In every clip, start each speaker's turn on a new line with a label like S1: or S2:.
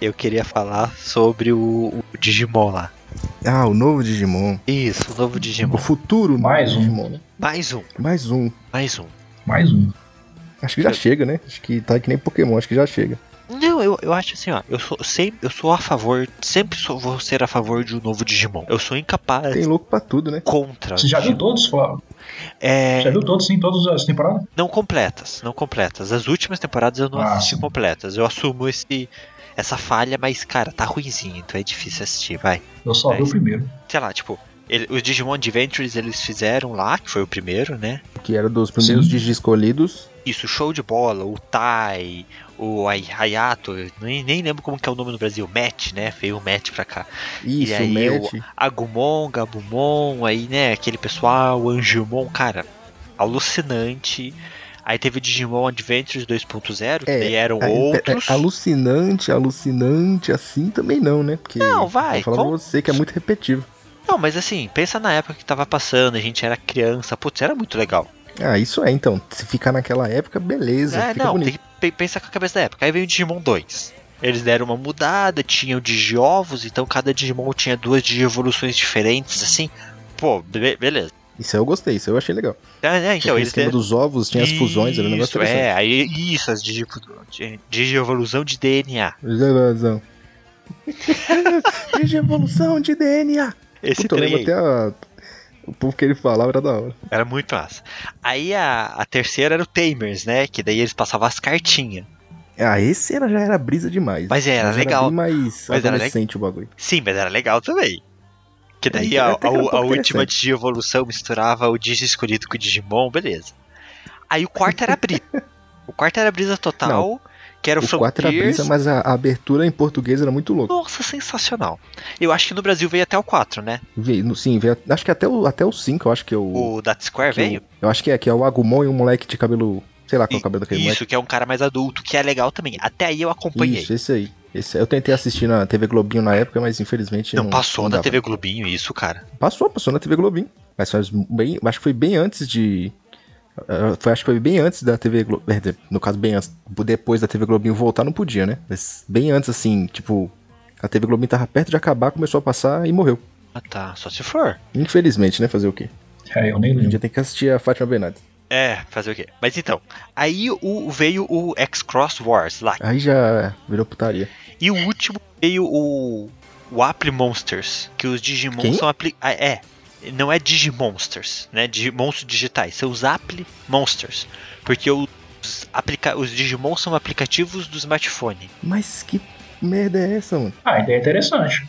S1: Eu queria falar sobre o, o Digimon lá.
S2: Ah, o novo Digimon.
S1: Isso, o novo
S2: O
S1: Digimon.
S2: futuro novo
S3: Mais um.
S2: Digimon, né?
S1: Mais um,
S2: Mais um.
S1: mais um.
S3: Mais um.
S2: Acho que já
S1: Eu-
S2: chega, né? Acho que tá que nem Pokémon, acho que já chega.
S1: Não, eu, eu acho assim, ó. Eu sou, sempre, eu sou a favor, sempre sou, vou ser a favor de um novo Digimon. Eu sou incapaz
S2: Tem louco pra tudo, né?
S1: contra.
S3: Você já viu todos, Flávio?
S1: É,
S3: Já viu todos em todas as temporadas?
S1: não completas, não completas. As últimas temporadas eu não
S3: Ah,
S1: assisti
S3: sim.
S1: completas. Eu assumo esse, essa falha, mas, cara, tá ruimzinho, então é difícil assistir, vai.
S3: Eu só
S1: É.
S3: vi o primeiro.
S1: Sei lá, tipo, ele- os Digimon Adventures eles fizeram lá, que foi o primeiro, né?
S2: Que era dos primeiros
S3: Sim.
S2: Digi escolhidos.
S1: Isso, show de bola, o Tai, o Ai- Hayato, eu nem, nem lembro como que é o nome no Brasil, Matt, né? Veio o Matt pra cá.
S2: Isso,
S1: aí,
S2: Matt.
S1: Agumon, Gabumon, aí, né, aquele pessoal, Angemon, cara, alucinante. Aí teve o Digimon Adventures 2.0, que
S2: É,
S1: daí eram
S2: Aí, é- é
S1: outros.
S2: alucinante, alucinante, assim também não, né? Porque
S1: Não, vai,
S2: Vou falar pra
S1: vamos-
S2: você que é muito repetitivo.
S1: Não, mas assim, pensa na época que tava passando, a gente era criança, putz, era muito legal.
S2: Ah, isso é, então. Se ficar naquela época, beleza.
S1: É,
S2: fica
S1: não,
S2: bonito.
S1: tem que pe- pensar com a cabeça da época. Aí veio o Digimon 2. Eles deram uma mudada, tinham digiovos, então cada Digimon tinha duas digievoluções diferentes, assim. Pô, be- beleza.
S2: Isso eu gostei, isso eu achei legal.
S1: Ah, né, então,
S2: o
S1: eles
S2: esquema
S1: deram...
S2: dos ovos, tinha as fusões, era um negócio
S1: Isso,
S2: interessante.
S1: é, aí, isso, as digi- di- digievolução de DNA.
S2: Geração. Desde a evolução de DNA.
S1: Esse
S2: Puta, eu
S1: trem
S2: lembro
S1: aí.
S2: até a... o povo que ele falava era da hora.
S1: Era muito massa. Aí a, a terceira era o Tamers, né? Que daí eles passavam as cartinhas.
S2: Ah, esse era, já era brisa demais.
S1: Mas era legal.
S2: bem mais
S1: Mas era
S2: adolescente o bagulho.
S1: Sim, mas era legal também. Que daí
S2: É,
S1: a,
S2: até que era um
S1: a- a
S2: pouco
S1: última
S2: interessante.
S1: digievolução misturava o Digi escolhido com o Digimon, beleza. Aí o quarto era a brisa. o quarto era a brisa total, que era o,
S2: O 4 era
S1: Frontiers.
S2: brisa, mas a, a abertura em português era muito louca.
S1: Nossa, sensacional. Eu acho que no Brasil veio até o 4, né?
S2: Veio, no- sim, veio- acho que até o, até o 5, eu acho que é o.
S1: O Dat Square
S2: que é o-
S1: veio.
S2: eu acho que é, que é o Agumon e o moleque de cabelo. Sei lá qual é o cabelo daquele
S1: Isso, que é um cara mais adulto, que é legal também. Até aí eu
S2: moleque.
S1: acompanhei.
S2: Isso, esse aí. Esse, eu tentei assistir na TV Globinho na época, mas infelizmente.
S1: não, passou na
S2: dava.
S1: TV Globinho isso, cara.
S2: Passou, passou na TV Globinho. Mas faz bem, acho que foi bem antes de. ah, foi- acho que foi bem antes da TV Globinho. eh, No caso, bem antes. Depois da TV Globinho voltar, não podia, né? Mas bem antes, assim, tipo. A TV Globinho tava perto de acabar, começou a passar e morreu.
S1: Ah tá, só se for.
S2: Infelizmente, né? Fazer o quê?
S3: É, eu
S2: A
S3: nem
S2: gente
S3: lembro.
S2: já tem que assistir a Fátima Bernardes.
S1: É, fazer o quê? Mas então, aí o, veio o X-Cross Wars lá,
S2: Aí já virou putaria.
S1: E o último veio o, o Apple Monsters, que os Digimon
S2: Quem?
S1: são apli ah, é, não é Digimonsters, né? Digi- Monstros digitais, são os Apple Monsters, porque os aplica os Digimon são aplicativos do smartphone.
S2: Mas que merda é essa, mano?
S3: Ah, a ideia é interessante.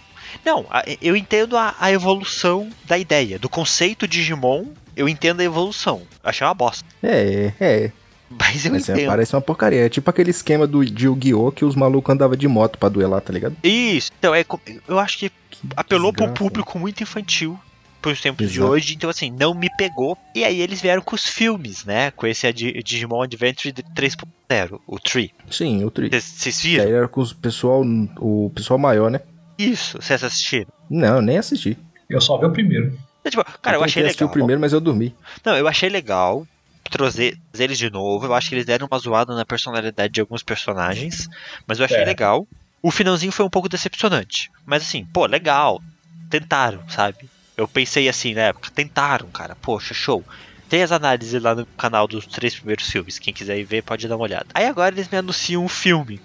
S1: Não, a- eu entendo a, a evolução da ideia, do conceito Digimon, eu entendo a evolução. Achei uma bosta,
S2: É, é. é.
S1: mas eu
S2: Mas é,
S1: entendo.
S2: parece uma porcaria. É tipo aquele esquema do, de Yu-Gi-Oh! que os malucos andavam de moto pra duelar, tá ligado?
S1: Isso, então é, co- eu acho que
S2: Que
S1: apelou para um
S2: desgraça,
S1: público muito infantil pros tempos de
S2: Exato.
S1: hoje, então assim, não me pegou. E aí eles vieram com os filmes, né? Com esse Adi- Digimon Adventure de 3.0, o Tree.
S2: né? Sim, outro.
S1: Vocês
S2: Que
S1: viram?
S2: aí era com os pessoal, o pessoal maior, né?
S1: Isso, vocês assistiram.
S2: Não, nem assisti.
S3: Eu só vi o primeiro.
S1: É, tipo, cara, eu
S2: tentei
S1: achei
S2: assistir
S1: legal.
S2: o primeiro, mas eu dormi.
S1: Não, eu achei legal trazer trazer eles de novo. Eu acho que eles deram uma zoada na personalidade de alguns personagens, mas eu achei
S3: É.
S1: legal. O finalzinho foi um pouco decepcionante, mas assim, pô, legal. Tentaram, sabe? Eu pensei assim na época, tentaram, cara. Poxa, show. Tem as análises lá no canal dos três primeiros filmes. Quem quiser ir ver, pode dar uma olhada. Aí agora eles me anunciam um filme,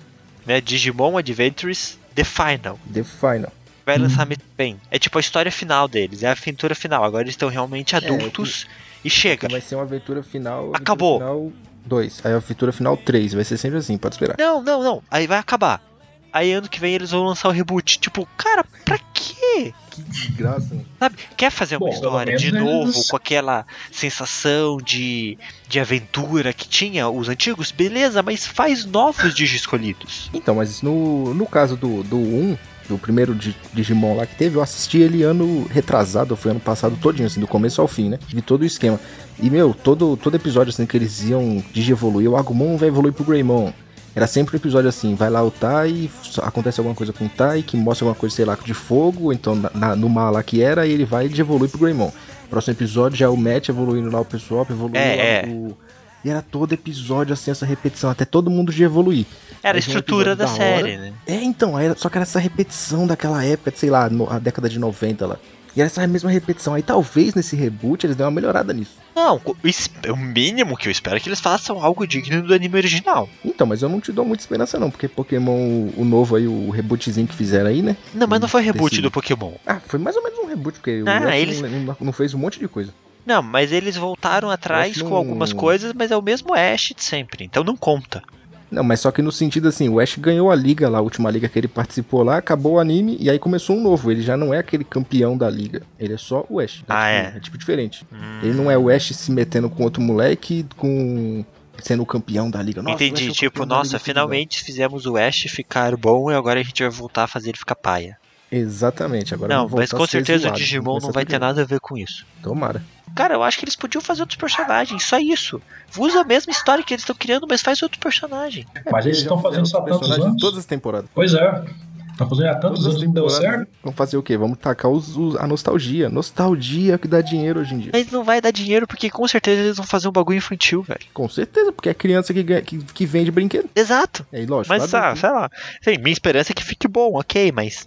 S1: né? Digimon Adventures The Final.
S2: The Final.
S1: Vai
S3: Hum.
S1: lançar mês que vem. É tipo a história final deles, é a aventura final. Agora eles estão realmente
S2: eu
S1: adultos e chega.
S2: Que vai ser uma aventura final. aventura
S1: Acabou.
S2: Final 2. Aí a aventura final 3. Vai ser sempre assim, pode esperar.
S1: Não, não, não. Aí vai acabar. Aí ano que vem eles vão lançar o reboot. Tipo, cara, pra quê?
S2: Que desgraça, mano.
S1: Sabe? Quer fazer uma
S3: Bom,
S1: história
S3: pelo
S1: de
S3: menos
S1: novo
S3: eles-
S1: com aquela sensação de, de aventura que tinha os antigos? Beleza, mas faz novos Digi escolhidos.
S2: Então, mas no, no caso do, do 1, do primeiro Di- Digimon lá que teve, eu assisti ele ano retrasado, foi ano passado todinho, assim, do começo ao fim, né? Vi todo o esquema. E, meu, todo, todo episódio, assim, que eles iam digievoluir, o Agumon vai evoluir pro Greymon. Era sempre um episódio assim, vai lá o Tai, só- acontece alguma coisa com o Tai, que mostra alguma coisa, sei lá, de fogo, ou então na- na- no mar lá que era, e ele vai e evolui pro Greymon. Próximo episódio já é o Matt evoluindo lá o pessoal, evoluindo
S1: É,
S2: lá o... E era todo episódio assim, essa repetição, até todo mundo de evoluir.
S1: Era a
S2: Aí tinha um
S1: estrutura
S2: episódio
S1: da,
S2: da hora.
S1: série, né?
S2: É, então, era, só que era essa repetição daquela época, de, sei lá, no- a década de 90 lá. E era essa mesma repetição. Aí talvez nesse reboot eles dêem uma melhorada nisso.
S1: Não, o es- o mínimo que eu espero é que eles façam algo digno do anime original.
S2: Então, mas eu não te dou muita esperança não, porque Pokémon, o novo aí, o rebootzinho que fizeram aí, né?
S1: Não, mas não foi reboot
S2: Decide.
S1: do Pokémon.
S2: Ah, foi mais ou menos um reboot, porque o
S1: Ah,
S2: Ash
S1: eles-
S2: não, não fez um monte de coisa.
S1: Não, mas eles voltaram atrás
S2: Acho
S1: com
S2: não-
S1: algumas coisas, mas é o mesmo Ash de sempre, então não conta.
S2: Não, mas só que no sentido assim, o Ash ganhou a liga lá, a última liga que ele participou lá, acabou o anime e aí começou um novo. Ele já não é aquele campeão da liga, ele é só o
S1: Ah,
S2: Ash. tipo-
S1: é.
S2: É tipo diferente.
S1: Hum,
S2: Ele não é o Ash se metendo com outro moleque, com sendo o campeão da liga. Nossa, o Ash é
S1: Entendi,
S2: o
S1: tipo,
S2: campeão da
S1: nossa,
S2: liga que
S1: finalmente fizemos o Ash ficar bom e agora a gente vai voltar a fazer ele ficar paia.
S2: dá. Exatamente, agora
S1: não,
S2: vamos voltar
S1: mas
S2: a
S1: com
S2: ser
S1: certeza
S2: zoado,
S1: o Digimon
S2: vamos
S1: não
S2: começar
S1: vai
S2: do
S1: ter
S2: zero.
S1: nada a ver com isso.
S2: Tomara.
S1: Cara, eu acho que eles podiam fazer outros personagens, só isso. Usa a mesma história que eles estão criando, mas faz outro personagem.
S3: Mas eles
S2: já
S3: estão
S2: fizeram
S3: fazendo isso há
S2: com
S3: tantos
S2: personagens
S3: anos.
S2: Todas as temporadas.
S3: Pois é. Estão fazendo há tantos
S2: Todas
S3: anos
S2: as
S3: e não deu
S2: temporadas.
S3: certo.
S2: Vamos fazer o quê? Vamos tacar os- os- a nostalgia. Nostalgia é o que dá dinheiro hoje em dia.
S1: Mas não vai dar dinheiro porque com certeza eles vão fazer um bagulho infantil, velho.
S2: Com certeza, porque é criança que, ganha- que, que vende brinquedo.
S1: Exato.
S2: É lógico.
S1: Mas
S2: lá
S1: ah,
S2: dentro-
S1: sei lá. Sim, minha esperança é que fique bom, ok, mas.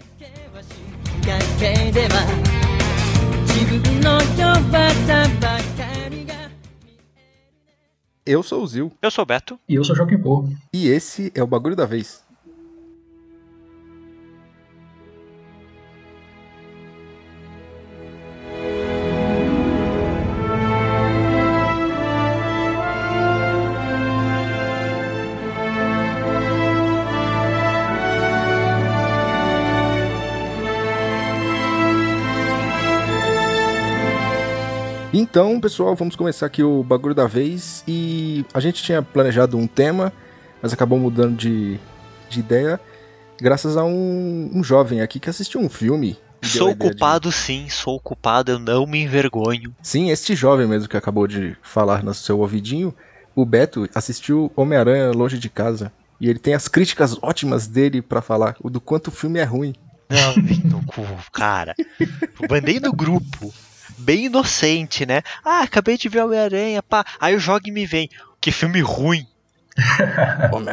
S4: だけでは自分の弱さばかりが
S2: Eu sou o Zil.
S1: Eu sou o Beto.
S3: E eu sou Joaquim Pô.
S2: E esse é o bagulho da vez. Então, pessoal, vamos começar aqui o bagulho da vez. E a gente tinha planejado um tema, mas acabou mudando de, de ideia, graças a um, um jovem aqui que assistiu um filme. e deu a
S1: sou
S2: ideia de-
S1: culpado, sim, sou culpado, eu não me envergonho.
S2: Sim, este jovem mesmo que acabou de falar no seu ouvidinho, o Beto assistiu Homem-Aranha Longe de Casa. E ele tem as críticas ótimas dele pra falar, o do quanto o filme é ruim.
S1: Não, vem no cu, cara. Eu Mandei no grupo. Bem inocente, né? Ah, acabei de ver Homem-Aranha, pá. Aí o jogo me vem. Que filme ruim.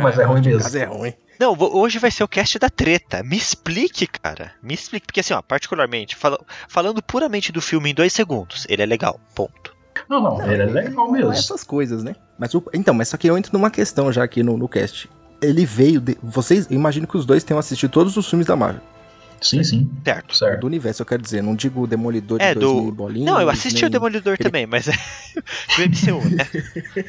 S3: Mas é ruim mesmo.
S2: Mas é ruim.
S1: Não, vo- hoje vai ser o cast da treta. Me explique, cara. Me explique. Porque assim, ó, particularmente, fala- falando puramente do filme em dois segundos, ele é legal. Ponto.
S3: Não, não, ele é legal
S2: Não
S3: mesmo.
S2: é essas coisas, né? Mas o- então, mas só que eu entro numa questão já aqui no, no cast. Ele veio. De, vocês, eu imagino que os dois tenham assistido todos os filmes da Marvel.
S3: Sim, sim.
S1: Certo.
S3: Certo.
S2: Do universo, eu quero dizer. Não digo o Demolidor
S1: É,
S2: de
S1: do-
S2: 2000 e bolinhas,
S1: Não, eu assisti
S2: nem, É,
S1: o Demolidor também, mas é do MCU, né?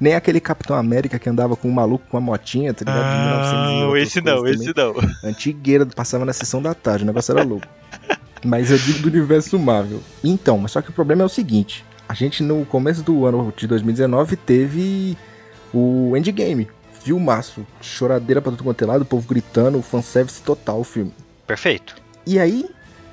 S2: Nem aquele Capitão América que andava com um maluco com uma motinha, tá ligado? De 1900 e
S1: Não,
S2: outras
S1: Ah, esse não,
S2: coisas
S1: esse não.
S2: também. Antigueira, passava na sessão da tarde, o negócio era louco. Mas eu digo do universo Marvel. Então, mas só que o problema é o seguinte. A gente, no começo do ano de 2019, teve o Endgame. Filmaço, choradeira pra tudo quanto é lado, o povo gritando, fanservice total o filme.
S1: Perfeito.
S2: E aí,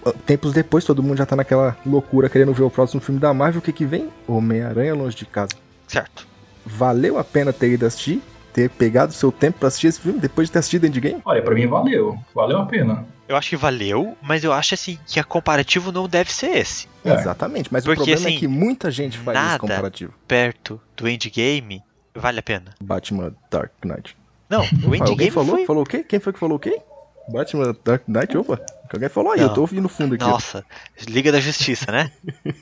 S2: ah, tempos depois, todo mundo já tá naquela loucura querendo ver o próximo filme da Marvel. O que que vem? Homem-Aranha Longe de Casa.
S1: Certo.
S2: Valeu a pena ter ido assistir? Ter pegado seu tempo pra assistir esse filme depois de ter assistido Endgame?
S3: Olha, pra mim valeu. Valeu a pena.
S1: Eu acho que valeu, mas eu acho assim que a comparativo não deve ser esse.
S3: É.
S2: Exatamente, mas
S1: Porque,
S2: o problema
S1: assim,
S2: é que muita gente faz
S1: nada-
S2: esse comparativo.
S1: Perto do endgame, vale a pena.
S2: Batman Dark Knight.
S1: Não, o
S2: Ah, alguém
S1: endgame
S2: falou?
S1: foi.
S2: Falou o quê? Quem foi que falou o quê? Batman Dark Knight, opa. Que Alguém falou aí,
S1: Não.
S2: eu tô ouvindo no fundo aqui.
S1: Nossa, Liga da Justiça, né?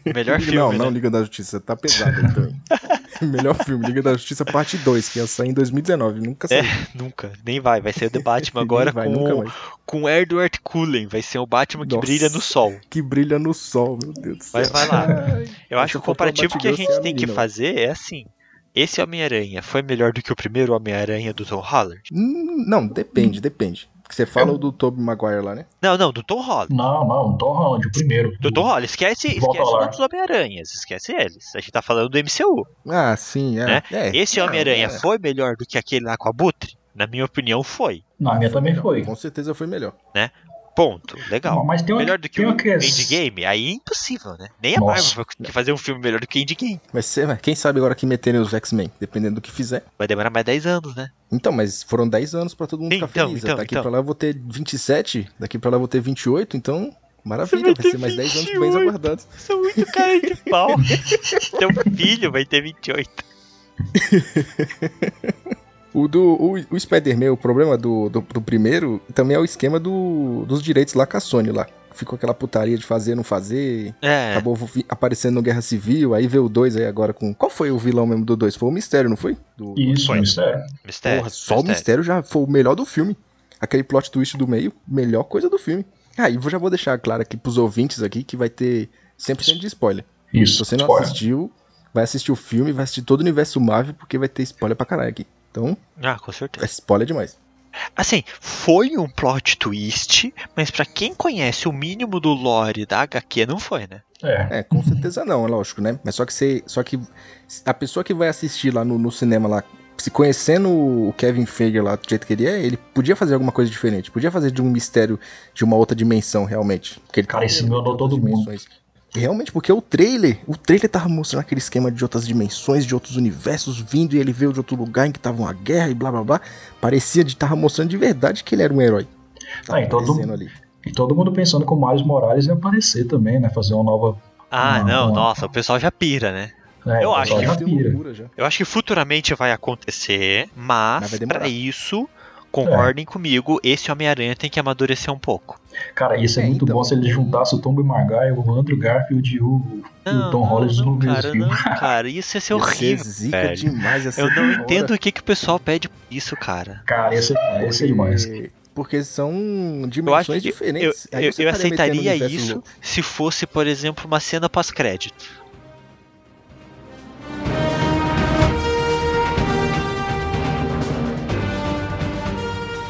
S1: Melhor
S2: Liga-
S1: filme.
S2: não, não,
S1: né?
S2: Liga da Justiça, tá pesado aí também. Melhor filme, Liga da Justiça parte 2, que ia sair em 2019, nunca
S1: É,
S2: saiu.
S1: nunca. Nem vai. Vai ser o The Batman
S2: Nem
S1: agora
S2: vai, nunca
S1: com,
S2: mais.
S1: com Edward Cullen. Vai ser o Batman que
S2: Nossa.
S1: brilha no sol.
S2: Que brilha no sol, meu Deus do céu.
S1: Mas vai lá. Eu
S2: Mas
S1: acho que
S2: se
S1: o
S2: for pra
S1: comparativo que a
S2: Batgirl, você é
S1: gente
S2: a
S1: tem que
S2: menina.
S1: fazer é assim. Esse Homem-Aranha foi melhor do que o primeiro Homem-Aranha do Tom Holland?
S2: Hum, Não, depende, depende. Que Você fala o do Tobey Maguire lá, né?
S1: Não, não, do Tom Holland.
S3: Não, não, Tom Holland, o primeiro.
S1: Do Tom Holland, esquece,
S3: Volta
S1: esquece os
S3: Hum. lá.
S1: outros Homem-Aranhas, esquece eles. A gente tá falando do MCU.
S2: Ah, sim, é.
S1: Né?
S2: é.
S1: Esse
S2: Não,
S1: Homem-Aranha
S2: é.
S1: foi melhor do que aquele lá com a Butre? Na minha opinião, foi.
S3: Na minha também foi.
S2: É, Com certeza foi melhor.
S1: Ponto. Legal.
S3: Mas tem uma,
S1: melhor do que
S3: tem
S1: o
S3: uma questão-
S1: Endgame? Aí é impossível, né? Nem a
S3: Nossa.
S1: Marvel vai conseguir fazer um filme melhor do que Endgame.
S2: Mas cê- mas quem sabe agora que meterem os X-Men, dependendo do que fizer.
S1: Vai demorar mais 10 anos, né?
S2: Então, mas foram 10 anos pra todo mundo ficar
S1: Então,
S2: feliz.
S1: então,
S2: daqui
S1: então.
S2: pra lá eu vou ter 27, daqui pra lá eu vou ter 28, então Maravilha, vai ser mais 10 anos bens
S1: 28.
S2: aguardando.
S1: Sou muito cara de pau. Teu filho vai ter 28.
S2: O do o, o Spider-Man, o problema do, do, do primeiro também é o esquema do, dos direitos lá com a Sony lá. Ficou aquela putaria de fazer, não fazer.
S1: É.
S2: Acabou vi- aparecendo no Guerra Civil, aí veio o 2 aí agora com. Qual foi o vilão mesmo do 2? Foi o Mistério, não foi? Do,
S3: Isso, é.
S1: Foi.
S3: mistério.
S1: Mistério.
S2: Porra, só o mistério já foi o melhor do filme. Aquele plot twist do meio, melhor coisa do filme. Ah, e vou- já vou deixar claro aqui pros ouvintes aqui que vai ter 100% de spoiler. Se
S3: Isso,
S2: você não
S3: spoiler.
S2: assistiu, vai assistir o filme, vai assistir todo o universo Marvel, porque vai ter spoiler pra caralho aqui. Então,
S1: Ah, com certeza.
S2: é spoiler demais.
S1: Assim, foi um plot twist, mas pra quem conhece o mínimo do lore da HQ, não foi, né?
S3: É,
S2: É, com certeza não, é lógico, né? Mas só que você. Só que a pessoa que vai assistir lá no, no cinema lá, se conhecendo o Kevin Feige lá do jeito que ele é, ele podia fazer alguma coisa diferente. Podia fazer de um mistério de uma outra dimensão, realmente. Porque ele
S3: Cara, esse meu andou todo mundo.
S2: dimensões. Realmente, porque o trailer, o trailer tava mostrando aquele esquema de outras dimensões, de outros universos vindo e ele veio de outro lugar em que tava uma guerra e blá blá blá. Parecia de tava mostrando de verdade que ele era um herói.
S3: Ah, então todo-
S2: aparecendo ali.
S3: E todo mundo pensando que o Miles Morales ia aparecer também, né? Fazer uma nova.
S1: Ah,
S3: Não,
S1: não,
S3: não.
S1: nossa, o pessoal já pira, né?
S3: É,
S1: Eu acho
S3: só
S1: que- um-
S3: já
S2: Tem
S3: pira.
S2: loucura já.
S1: Eu acho que futuramente vai acontecer,
S2: Mas
S1: mas
S2: vai demorar. É.
S1: pra isso, concordem comigo, esse Homem-Aranha tem que amadurecer um pouco.
S3: Cara, ia ser
S2: É,
S3: muito
S2: então.
S3: bom se ele juntasse o Tom Maguire, o Andrew Garfield e o, e o Tom Holland no mesmo
S1: cara,
S3: filme.
S1: não, cara, isso ia ser
S2: Ia ser
S1: horrível.
S2: zica
S1: velho.
S2: demais essa
S1: Eu não
S2: hora.
S1: entendo o que, que o pessoal pede por isso, cara.
S3: Cara, ia ser, ia ser demais.
S2: Porque são
S1: Eu acho
S2: dimensões
S1: que eu,
S2: diferentes. Aí
S1: eu,
S2: você
S1: eu
S2: tá metendo no
S1: aceitaria
S2: universo
S1: isso
S2: louco.
S1: se fosse, por exemplo, uma cena pós-crédito.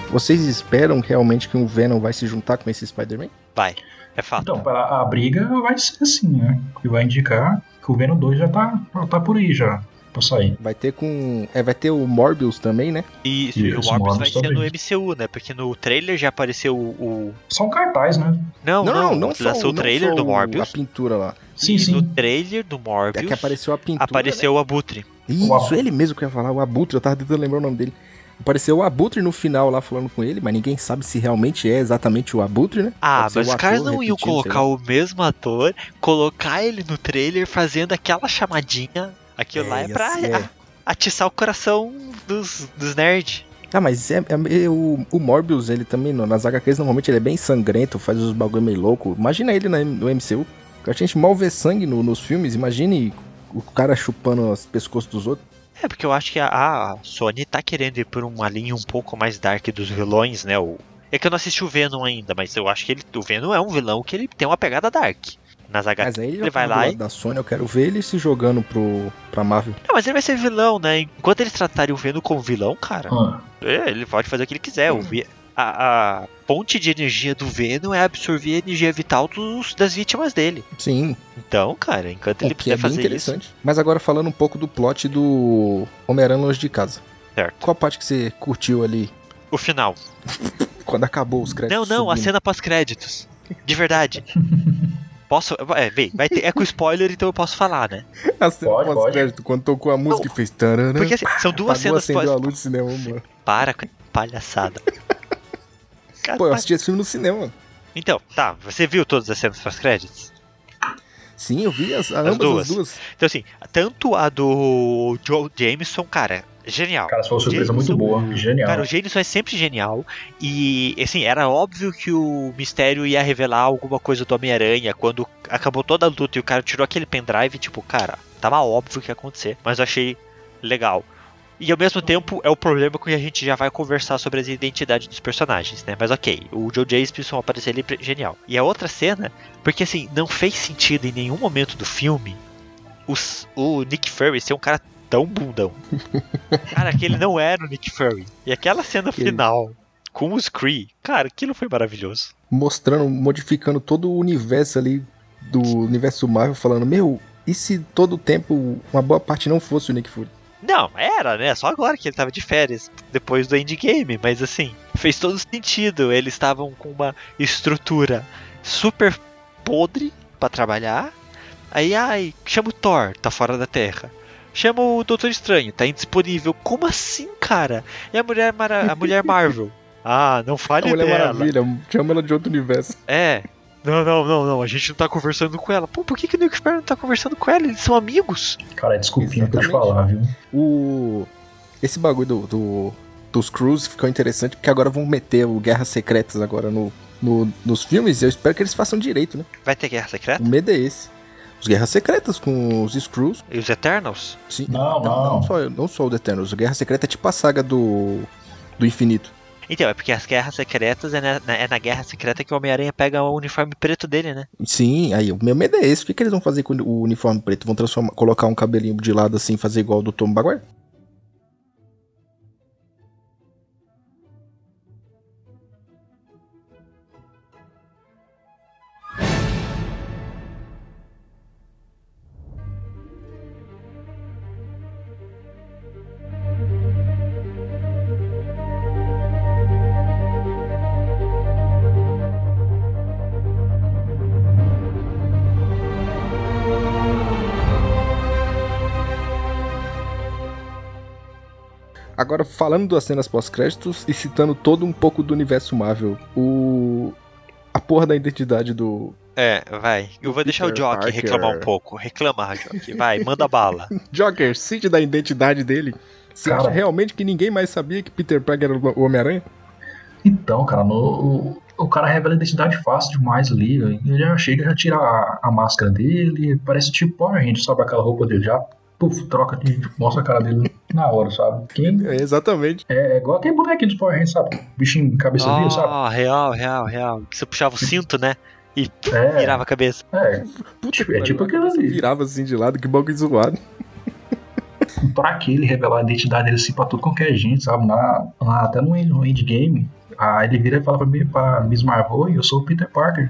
S2: Vocês esperam realmente que um Venom vai se juntar com esse Spider-Man?
S1: Vai, é fato.
S3: Então, para a briga vai ser assim, né? Que vai indicar que o Venom 2 já tá, já tá por aí já, pra sair.
S2: Vai ter com. É, vai ter o Morbius também, né?
S1: E,
S3: E
S1: e o
S3: esse
S1: Morbius
S3: Morbius
S1: vai ser
S3: também.
S1: no MCU, né? Porque no trailer já apareceu o. o-
S3: Só um cartaz, né?
S1: Não, não, não,
S2: só
S1: lançou o
S2: não
S1: trailer
S2: só
S1: do
S2: o-
S1: Morbius.
S2: A pintura lá.
S3: Sim,
S1: e
S3: sim.
S1: no trailer do
S2: É
S1: Morbius
S2: que apareceu né? a pintura.
S1: apareceu o Abutre.
S2: né? Isso,
S3: o Abutre.
S2: ele mesmo que eu ia falar, o Abutre, eu tava tentando lembrar o nome dele. Apareceu o Abutre no final lá falando com ele, mas ninguém sabe se realmente é exatamente o Abutre, né?
S1: Ah,
S2: Pode ser
S1: mas
S2: o
S1: os caras
S2: ator
S1: não iam
S2: repetido, sei
S1: colocar
S2: lá.
S1: o mesmo ator, colocar ele no trailer fazendo aquela chamadinha. Aquilo
S2: É,
S1: lá é
S2: ia
S1: pra
S2: ser-
S1: a- atiçar o coração dos, dos nerds.
S2: Ah, mas é, é- é o, o Morbius, ele também, no- nas HQs, normalmente ele é bem sangrento, faz os bagulho meio louco. Imagina ele na M- no MCU. A gente mal vê sangue no- nos filmes, imagine o cara chupando os pescoços dos outros.
S1: É, porque eu acho que a, a Sony tá querendo ir por uma linha um pouco mais dark dos vilões, né? O, é que eu não assisti o Venom ainda, mas eu acho que ele, o Venom é um vilão que ele tem uma pegada dark. Nas HQs.
S2: Mas aí ele,
S1: Ele
S2: já
S1: vai
S2: tá do
S1: lá e-
S2: lado da Sony, eu quero ver ele se jogando pro, pra Marvel.
S1: Não, mas ele vai ser vilão, né? Enquanto eles tratarem o Venom como vilão, cara,
S3: Ah,
S1: é, ele pode fazer o que ele quiser.
S2: Hum.
S1: O vi- a, a fonte de energia do Venom é absorver a energia vital dos, das vítimas dele.
S2: Sim,
S1: Então, cara, enquanto ele
S2: o que
S1: puder
S2: é bem
S1: fazer isso.
S2: interessante. Mas agora falando um pouco do plot do Homem-Aranha Longe de Casa.
S1: Certo.
S2: Qual parte que você curtiu ali
S1: O final.
S2: quando acabou os
S1: Não,
S2: créditos?
S1: não, a
S2: subindo?
S1: cena pós-créditos. De verdade. Posso. É, vem, vai ter, é com spoiler, então eu posso falar, né?
S2: a cena
S3: Pode, pode.
S2: pós-crédito, quando tocou a música e fez... Tararã,
S1: Porque assim, são duas
S2: apagou,
S1: cenas pós.
S2: acendeu a luz do cinema, mano.
S1: Para com palhaçada. Cara,
S2: Pô, eu
S1: mas-
S2: assisti esse filme no cinema.
S1: Então, tá, você viu todas as cenas pós-créditos?
S2: Sim, eu vi as,
S1: ambas
S2: ambas
S1: as duas.
S2: duas.
S1: Então, assim, tanto a do Joe Jameson, cara, genial.
S3: cara, isso foi uma surpresa
S1: Jameson,
S3: muito boa. Genial.
S1: Cara, o Jameson é sempre genial. E, assim, era óbvio que o mistério ia revelar alguma coisa do Homem-Aranha. Quando acabou toda a luta e o cara tirou aquele pendrive, tipo, cara, tava óbvio que ia acontecer. Mas eu achei legal. E ao mesmo tempo é o problema que a gente já vai conversar sobre as identidades dos personagens, né? Mas ok, o Joe Jameson aparecer ali, pre- é genial. E a outra cena, porque assim, não fez sentido em nenhum momento do filme os- o Nick Fury ser um cara tão bundão. Cara, que ele não era o Nick Fury. E aquela cena
S2: Que-
S1: final com os Kree, cara, aquilo foi maravilhoso.
S2: Mostrando, modificando todo o universo ali do universo Marvel, falando, meu, e se todo o tempo uma boa parte não fosse o Nick Fury?
S1: Não, era, né? Só agora que ele tava de férias, depois do endgame, mas assim, fez todo sentido. Eles estavam com uma estrutura super podre pra trabalhar. Aí, ai, chama o Thor, tá fora da Terra. Chama o Doutor Estranho, tá indisponível. Como assim, cara? E a Mulher, Mara- a mulher Marvel? Ah, não
S2: A
S1: fale
S2: Mulher
S1: dela.
S2: Maravilha, chama ela de outro universo.
S1: É. Não, não, não, não, a gente não tá conversando com ela. Pô, por que, que o Nick Fury não tá conversando com ela? Eles são amigos.
S3: Cara, desculpinha pra eu te
S2: Exatamente.
S3: falar, viu?
S2: O. Esse bagulho do, do- dos Crews ficou interessante, porque agora vão meter o Guerras Secretas agora no, no- nos filmes, e eu espero que eles façam direito, né?
S1: Vai ter guerra secreta?
S2: O medo é esse. Os Guerras Secretas com os Screws.
S1: E os Eternals?
S2: Sim.
S3: Não, não.
S2: não só, não só o The Eternals. O Guerra Secreta é tipo a saga do, do Infinito.
S1: Então, é porque as guerras secretas é na, na- é na guerra secreta que o Homem-Aranha pega o uniforme preto dele, né?
S2: Sim, aí o meu medo é esse. O que, que eles vão fazer com o uniforme preto? Vão transformar, colocar um cabelinho de lado assim, fazer igual o do Tom Maguire? Agora, falando das cenas pós-créditos e citando todo um pouco do universo Marvel, o. A porra da identidade do.
S1: É, vai. Eu vou deixar o
S2: Peter
S1: Jock
S2: Parker.
S1: reclamar um pouco. Reclama, Jock. Vai, manda bala.
S2: Joker, cite da identidade dele. Você
S3: Cara.
S2: acha realmente que ninguém mais sabia que Peter Parker era o Homem-Aranha?
S3: Então, cara, no- o, o cara revela a identidade fácil demais ali. Ele já chega, já tira a, a máscara dele, parece tipo Power Rangers, sabe? Aquela roupa dele já, puf, troca, de- mostra a cara dele na hora, sabe? Quem,
S2: É, exatamente.
S3: é, é igual aquele bonequinho dos Power Rangers, sabe? Bichinho cabeça via,
S2: Ah,
S3: sabe?
S1: Oh, real, real, real. Você puxava o cinto, né? E
S3: É,
S1: virava a cabeça.
S3: é,
S2: Puta
S3: É tipo
S2: pariu, a
S3: aquele-
S2: cabeça Virava assim de lado, que bagulho zoado.
S3: pra que um ele revelar a identidade dele assim pra tudo qualquer gente, sabe? Na, na- até no, end- no endgame, aí ele vira e fala pra, mim, pra Miss Marvel, "Oi, eu sou o Peter Parker.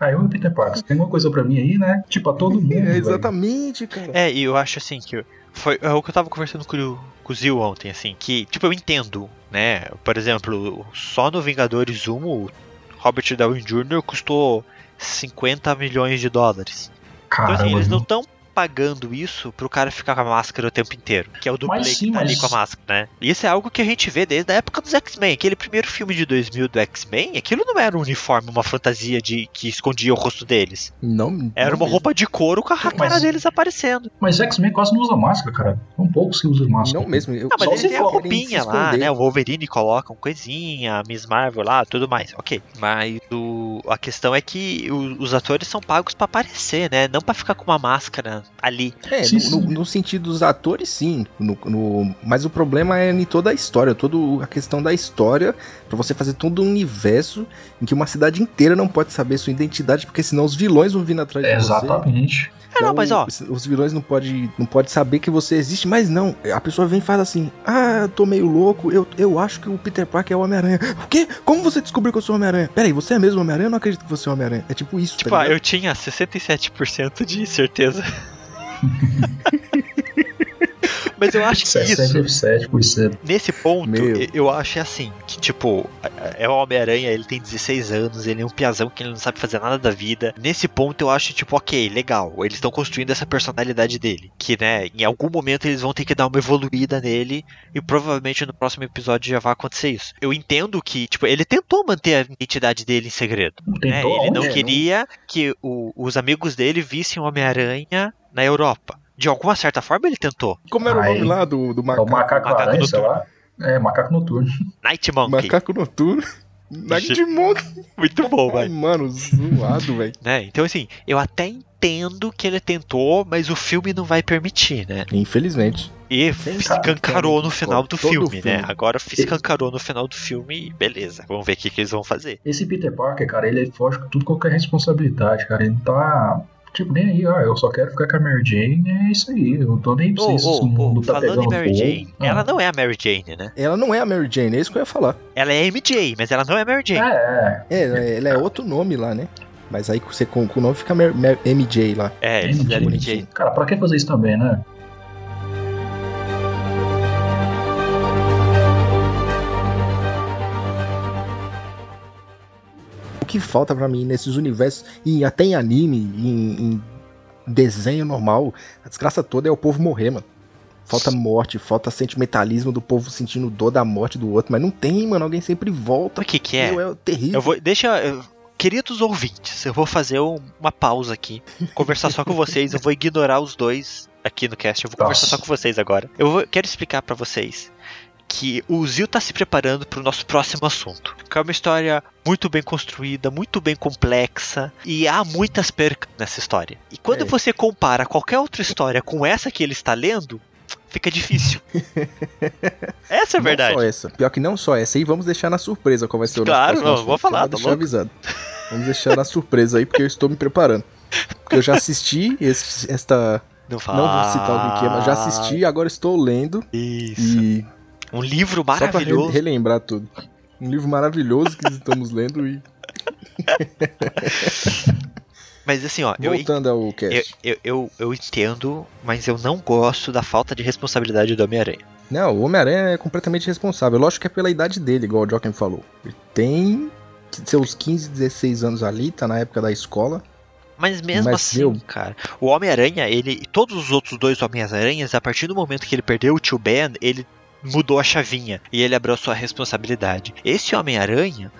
S3: Aí eu, Peter Parker, você tem alguma coisa pra mim aí, né? Tipo, a todo mundo.
S2: É,
S3: velho.
S2: exatamente, cara.
S1: É, e eu acho assim que. Foi é o que eu tava conversando com o, com o Zil ontem, assim, que, tipo, eu entendo, né? Por exemplo, só no Vingadores 1, o Robert Downey Jr. custou 50 milhões de dólares. Então,
S3: Caramba,
S1: assim, eles não
S3: viu?
S1: estão pagando isso pro cara ficar com a máscara o tempo inteiro. Que é o dublê
S3: Mas sim,
S1: que tá ali
S3: mas-
S1: com a máscara, né? E isso é algo que a gente vê desde a época dos X-Men. Aquele primeiro filme de 2000 do X-Men, aquilo não era um uniforme, uma fantasia de que escondia o rosto deles.
S2: Não,
S1: Era
S2: não
S1: uma
S2: mesmo.
S1: roupa de couro com a cara
S3: Mas-
S1: deles aparecendo.
S3: Mas X-Men quase não usa máscara, cara. São poucos que usam máscara.
S2: Não mesmo.
S1: Não,
S2: Eu,
S1: Ah, mas
S3: Só
S1: eles
S3: se
S1: têm a
S3: for
S1: roupinha lá, né? O Wolverine coloca uma coisinha, a Miss Marvel lá, tudo mais. Ok. Mas o- a questão é que o- os atores são pagos pra aparecer, né? Não pra ficar com uma máscara ali.
S2: É,
S3: Sim,
S2: no,
S3: sim.
S2: no- no sentido dos atores, sim. No, no- mas o problema é em toda a história, toda a questão da história, pra você fazer todo um universo em que uma cidade inteira não pode saber sua identidade, porque senão os vilões vão vir atrás de você.
S3: Exatamente.
S1: É, não,
S2: Então,
S1: mas ó,
S2: os- Os vilões não podem não pode saber que você existe, mas não. A pessoa vem e fala assim: Ah, eu tô meio louco, eu, eu acho que o Peter Parker é o Homem-Aranha. O quê? Como você descobriu que eu sou o Homem-Aranha? Peraí, você é mesmo o Homem-Aranha? Eu não acredito que você é o Homem-Aranha. É tipo isso,
S1: Tipo,
S2: tá
S1: ah,
S2: ligado?
S1: eu tinha 67% de certeza. Mas eu acho
S3: é
S1: que isso, é
S3: 77%.
S1: nesse ponto,
S2: Meu.
S1: eu- eu acho é assim, que tipo, é o Homem-Aranha, ele tem 16 anos, ele é um piazão que ele não sabe fazer nada da vida. Nesse ponto eu acho, tipo, ok, legal, eles estão construindo essa personalidade dele. Que, né, em algum momento eles vão ter que dar uma evoluída nele, e provavelmente no próximo episódio já vai acontecer isso. Eu entendo que, tipo, ele tentou manter a identidade dele em segredo. né?
S3: Tentou
S1: Ele
S3: aonde?
S1: não
S2: né?
S1: queria que o- os amigos dele vissem o Homem-Aranha na Europa. De alguma certa forma ele tentou.
S2: Como era o nome
S3: Ai.
S2: lá do, do
S3: É o
S2: macaco?
S3: macaco,
S1: Macaco
S3: aranha, sei
S1: noturno.
S3: lá. É, macaco noturno.
S1: Night Monkey.
S2: Macaco noturno. Nagmon,
S1: Muito bom,
S2: Ai,
S1: velho.
S2: mano, zoado, velho.
S1: Né? Então, assim, eu até entendo que ele tentou, mas o filme não vai permitir, né?
S2: Infelizmente.
S1: E
S2: Sem
S1: se
S2: cara,
S1: cancarou
S2: cara,
S1: no final do
S2: todo
S1: filme, né?
S2: filme.
S1: Agora se cancarou no final do filme e beleza. Vamos ver o que, que eles vão fazer.
S3: Esse Peter Parker, cara, ele foge com tudo qualquer responsabilidade, cara. Ele tá. Tipo, nem aí, ó. Eu só quero ficar com a Mary Jane, é isso aí. Eu não tô nem
S1: Ô,
S3: sei se o
S1: ô,
S3: mundo
S1: ô,
S3: tá
S1: falando em
S3: pegando
S1: Mary
S3: fogo.
S1: Jane,
S3: Ah.
S1: ela não é a Mary Jane, né?
S2: Ela não é a Mary Jane, é isso que eu ia falar.
S1: Ela é MJ, mas ela não é Mary Jane.
S3: É, é.
S2: É, ela é outro nome lá, né? Mas aí você com, com o nome fica Mer- Mer- MJ lá.
S1: É, eles
S3: MJ.
S1: fizeram MJ.
S3: Cara, pra que fazer isso também, né?
S2: O que falta pra mim nesses universos, e até em anime, em, em desenho normal, a desgraça toda é o povo morrer, mano. Falta morte, falta sentimentalismo do povo sentindo dor da morte do outro, mas não tem, mano. Alguém sempre volta.
S1: Sabe o que que é?
S2: Meu, é terrível.
S1: Eu vou. Deixa. eu- Queridos ouvintes, eu vou fazer um- uma pausa aqui, conversar só com vocês. Eu vou ignorar os dois aqui no cast, eu vou conversar
S3: Nossa.
S1: só com vocês agora. Eu vou- quero explicar pra vocês que o Zil tá se preparando pro nosso próximo assunto, que é uma história muito bem construída, muito bem complexa e há muitas percas nessa história. E quando
S2: É.
S1: você compara qualquer outra história com essa que ele está lendo, fica difícil. Essa é a verdade.
S2: Não só essa. Pior que não só essa. E vamos deixar na surpresa qual vai ser o
S1: Claro,
S2: nosso próximo
S1: não,
S2: assunto,
S1: vou falar,
S2: vamos
S1: tá
S2: deixar
S1: louco.
S2: avisado. Vamos deixar na surpresa aí, porque eu estou me preparando. Porque eu já assisti esse- esta...
S1: Não,
S2: Não vou citar o que que é, mas já assisti, agora estou lendo.
S1: Isso.
S2: E
S1: Um livro
S2: só pra re-
S1: maravilhoso.
S2: relembrar tudo. Um livro maravilhoso que estamos lendo e
S1: Mas assim, ó, eu,
S2: voltando ao
S1: eu,
S2: cast.
S1: eu, eu, eu entendo, mas eu não gosto da falta de responsabilidade do Homem-Aranha.
S2: Não, o Homem-Aranha é completamente responsável. Lógico que é pela idade dele, igual o Joaquim falou. Ele tem seus 15, 16 anos ali, tá na época da escola.
S1: Mas mesmo
S2: Mas
S1: assim,
S2: eu-
S1: cara, o Homem-Aranha, ele. e Todos os outros dois Homem-Aranhas, a partir do momento que ele perdeu o tio Ben, ele mudou a chavinha e ele abraçou a responsabilidade. Esse Homem-Aranha.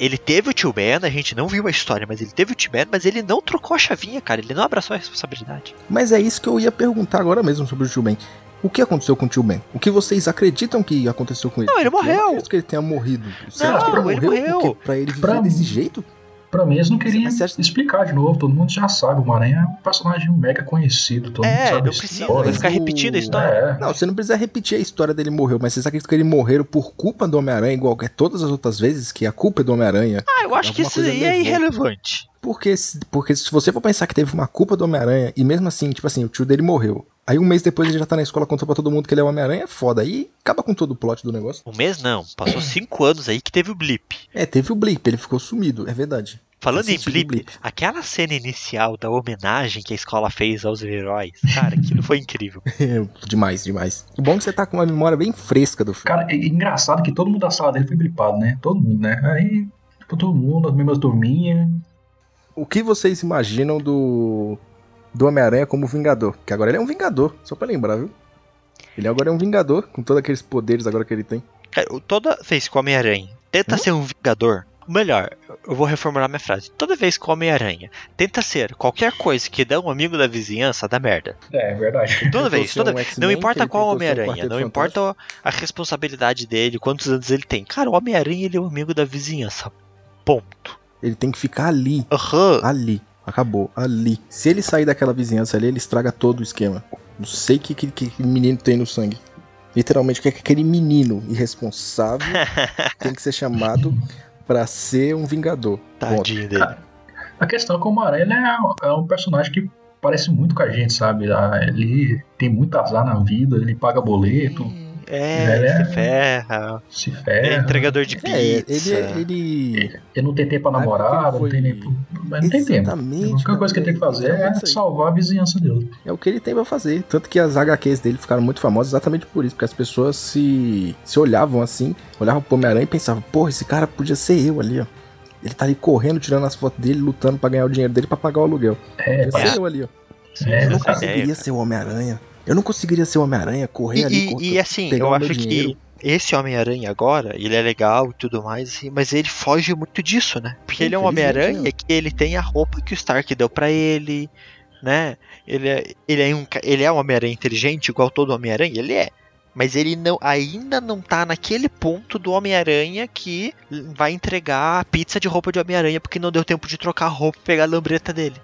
S1: Ele teve o tio Ben, a gente não viu a história, mas ele teve o tio Ben, mas ele não trocou a chavinha, cara. Ele não abraçou a responsabilidade.
S2: Mas é isso que eu ia perguntar agora mesmo sobre o Tio Ben. O que aconteceu com o Tio Ben? O que vocês acreditam que aconteceu com ele?
S1: Não, ele
S2: Porque Eu
S1: morreu.
S2: não acredito que ele tenha morrido.
S3: Não,
S2: que
S1: ele morreu.
S2: Porque pra ele viver
S3: Pra
S2: desse
S3: mim.
S2: jeito?
S3: Pra mim, eles não
S1: é-
S3: queriam
S2: Mas você acha-
S3: explicar de novo. Todo mundo já sabe. O Maranhão é um personagem mega conhecido. Todo mundo
S1: é,
S3: sabe
S1: não
S3: isso.
S1: precisa
S3: Olha,
S1: vai ficar
S2: o-
S1: repetindo a história.
S3: É,
S2: Não, você não precisa repetir a história dele morreu, mas vocês acreditam que ele morreu por culpa do Homem-Aranha, igual que é todas as outras vezes que a culpa é do Homem-Aranha?
S1: Ah, eu acho que
S2: Alguma
S1: isso
S2: coisa
S1: aí é
S2: levou.
S1: irrelevante.
S2: Porque, se- porque se você for pensar que teve uma culpa do Homem-Aranha, e mesmo assim, tipo assim, o tio dele morreu. Aí um mês depois ele já tá na escola contando pra todo mundo que ele é o Homem-Aranha, é foda. Aí acaba com todo o plot do negócio.
S1: Um mês não, passou cinco anos aí que teve o blip.
S2: É, teve o blip, ele ficou sumido, é verdade.
S1: Falando em
S2: Assistindo
S1: blip,
S2: Blip.
S1: aquela cena inicial da homenagem que a escola fez aos heróis, cara, aquilo foi incrível.
S2: É, demais, demais. O bom é que você tá com uma memória bem fresca do filme.
S3: Cara, é engraçado que todo mundo da sala dele foi gripado, né? Todo mundo, né? Aí, tipo, todo mundo, as mesmas turminhas.
S2: O que vocês imaginam do, do Homem-Aranha como Vingador? Que agora ele é um Vingador, só pra lembrar, viu? Ele agora é um Vingador, com todos aqueles poderes agora que ele tem.
S1: Cara, o- toda vez que o Homem-Aranha tenta
S2: Hum?
S1: ser um vingador, melhor, eu vou reformular minha frase. Toda vez que o Homem-Aranha tenta ser qualquer coisa que dá um amigo da vizinhança, dá merda.
S3: É, é verdade.
S1: Toda
S2: Tentou
S1: vez,
S2: ser um
S1: toda vez.
S2: X-Men,
S1: Não
S2: que
S1: importa
S2: ele
S1: qual
S2: tentou ser um
S1: Homem-Aranha,
S2: Quarteto
S1: não
S2: Fantástico.
S1: importa a responsabilidade dele, quantos anos ele tem. Cara, o Homem-Aranha ele é um amigo da vizinhança. Ponto.
S2: Ele tem que ficar ali,
S1: Aham.
S2: ali. Acabou, ali. Se ele sair daquela vizinhança ali, ele estraga todo o esquema. Não sei o que, que, que aquele menino tem no sangue. Literalmente, o que é que aquele menino irresponsável tem que ser chamado pra ser um Vingador.
S1: Tadinho dele.
S3: A questão é que o Maranhão ele é, é um personagem que parece muito com a gente, sabe? Ah, Ele tem muito azar na vida, ele paga boleto,
S1: É, ele
S3: É.
S1: se ferra.
S3: se
S1: Ele é
S3: ferra.
S1: entregador de pizza.
S2: É, ele, ele
S3: Ele não tem tempo pra
S2: Ah, porque
S3: namorada,
S2: ele
S3: não
S2: foi-
S3: tem nem. Mas não tem tempo.
S2: Exatamente,
S3: A única
S2: cara,
S3: coisa que ele tem que fazer é
S2: exatamente isso aí.
S3: salvar a vizinhança dele.
S2: É o que ele tem pra fazer. Tanto que as HQs dele ficaram muito famosas exatamente por isso. Porque as pessoas se, se olhavam assim, olhavam pro Homem-Aranha e pensavam, porra, esse cara podia ser eu ali, ó. Ele tá ali correndo, tirando as fotos dele, lutando pra ganhar o dinheiro dele pra pagar o aluguel.
S3: É,
S2: Podia
S1: parece-
S2: ser eu ali, ó.
S3: É,
S2: Eu não
S1: essa
S2: conseguiria
S1: ideia.
S2: ser o Homem-Aranha. Eu não conseguiria ser o Homem-Aranha, correr
S1: E,
S2: ali,
S1: e-
S2: cortando.
S1: e assim,
S2: pegar
S1: eu
S2: o
S1: acho
S2: meu dinheiro.
S1: que esse Homem-Aranha agora, ele é legal e tudo mais, assim, mas ele foge muito disso, né? Porque ele é um
S2: Infelizmente,
S1: Homem-Aranha
S2: né?
S1: que ele tem a roupa que o Stark deu pra ele, né? Ele é, ele é um, ca- ele é um Homem-Aranha inteligente, igual todo Homem-Aranha, ele é. Mas ele não, ainda não tá naquele ponto do Homem-Aranha que vai entregar a pizza de roupa de Homem-Aranha porque não deu tempo de trocar a roupa e pegar a lambreta dele.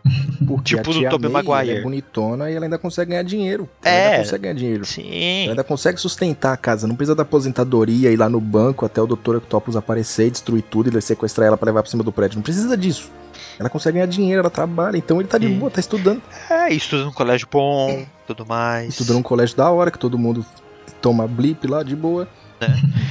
S2: Porque
S1: tipo
S2: a
S1: do
S2: tia
S1: Tobey
S2: May, ela
S1: Maguire.
S2: é bonitona e ela ainda consegue ganhar dinheiro.
S1: É.
S2: Ela ainda consegue ganhar dinheiro.
S1: Sim.
S2: Ela ainda consegue sustentar a casa, não precisa da aposentadoria, ir lá no banco até o Dr. Octopus aparecer, destruir tudo e sequestrar ela pra levar pra cima do prédio. Não precisa disso. Ela consegue ganhar dinheiro, ela trabalha, então ele tá de
S1: Sim.
S2: boa, tá estudando.
S1: É, estuda num colégio bom, tudo mais.
S2: Estudando um colégio da hora, que todo mundo toma blip lá de boa.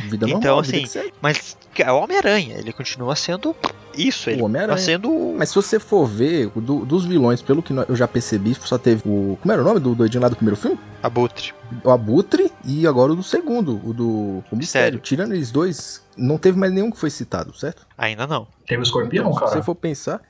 S2: Vida
S1: Então,
S2: normal, vida
S1: assim,
S2: que segue.
S1: Mas é o Homem-Aranha, ele continua sendo isso, ele
S2: o
S1: continua
S2: Homem-Aranha.
S1: sendo.
S2: Mas se você for ver, o do- dos vilões, pelo que no- eu já percebi, só teve o. Como era o nome do doidinho lá do primeiro filme?
S1: Abutre.
S2: O Abutre e agora o do segundo, o do. O
S1: Mistério.
S2: Mistério. Tirando eles dois, não teve mais nenhum que foi citado, certo?
S1: Ainda não.
S3: Teve o escorpião,
S2: Então, Se
S3: cara. Uhum.
S2: você for pensar,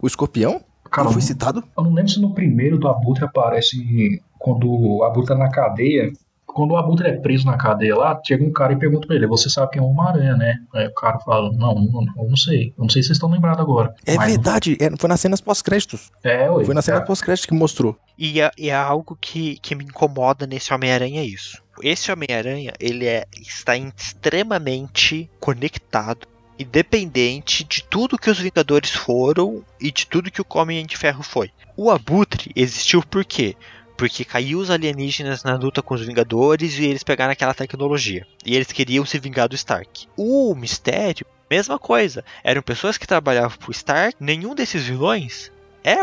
S2: o escorpião
S3: Cara,
S2: não foi citado?
S3: Eu não lembro se no primeiro do Abutre aparece quando o Abutre tá na cadeia, Quando o Abutre é preso na cadeia lá, chega um cara e pergunta pra ele: Você sabe quem é o Homem-Aranha, né? Aí o cara fala: Não, não, eu não sei. Eu não sei se vocês estão lembrados agora.
S2: É
S3: Mas-
S2: verdade, é, foi nas cenas pós-créditos.
S3: É, ué.
S2: Foi na cena
S3: cara.
S2: pós-crédito que mostrou.
S1: E é, e é algo que, que me incomoda nesse Homem-Aranha é isso. Esse Homem-Aranha, ele é, está extremamente conectado e dependente de tudo que os Vingadores foram e de tudo que o Homem de Ferro foi. O Abutre existiu por quê? Porque caiu os alienígenas na luta com os Vingadores e eles pegaram aquela tecnologia. E eles queriam se vingar do Stark. O Mistério, mesma coisa. Eram pessoas que trabalhavam pro Stark. Nenhum desses vilões é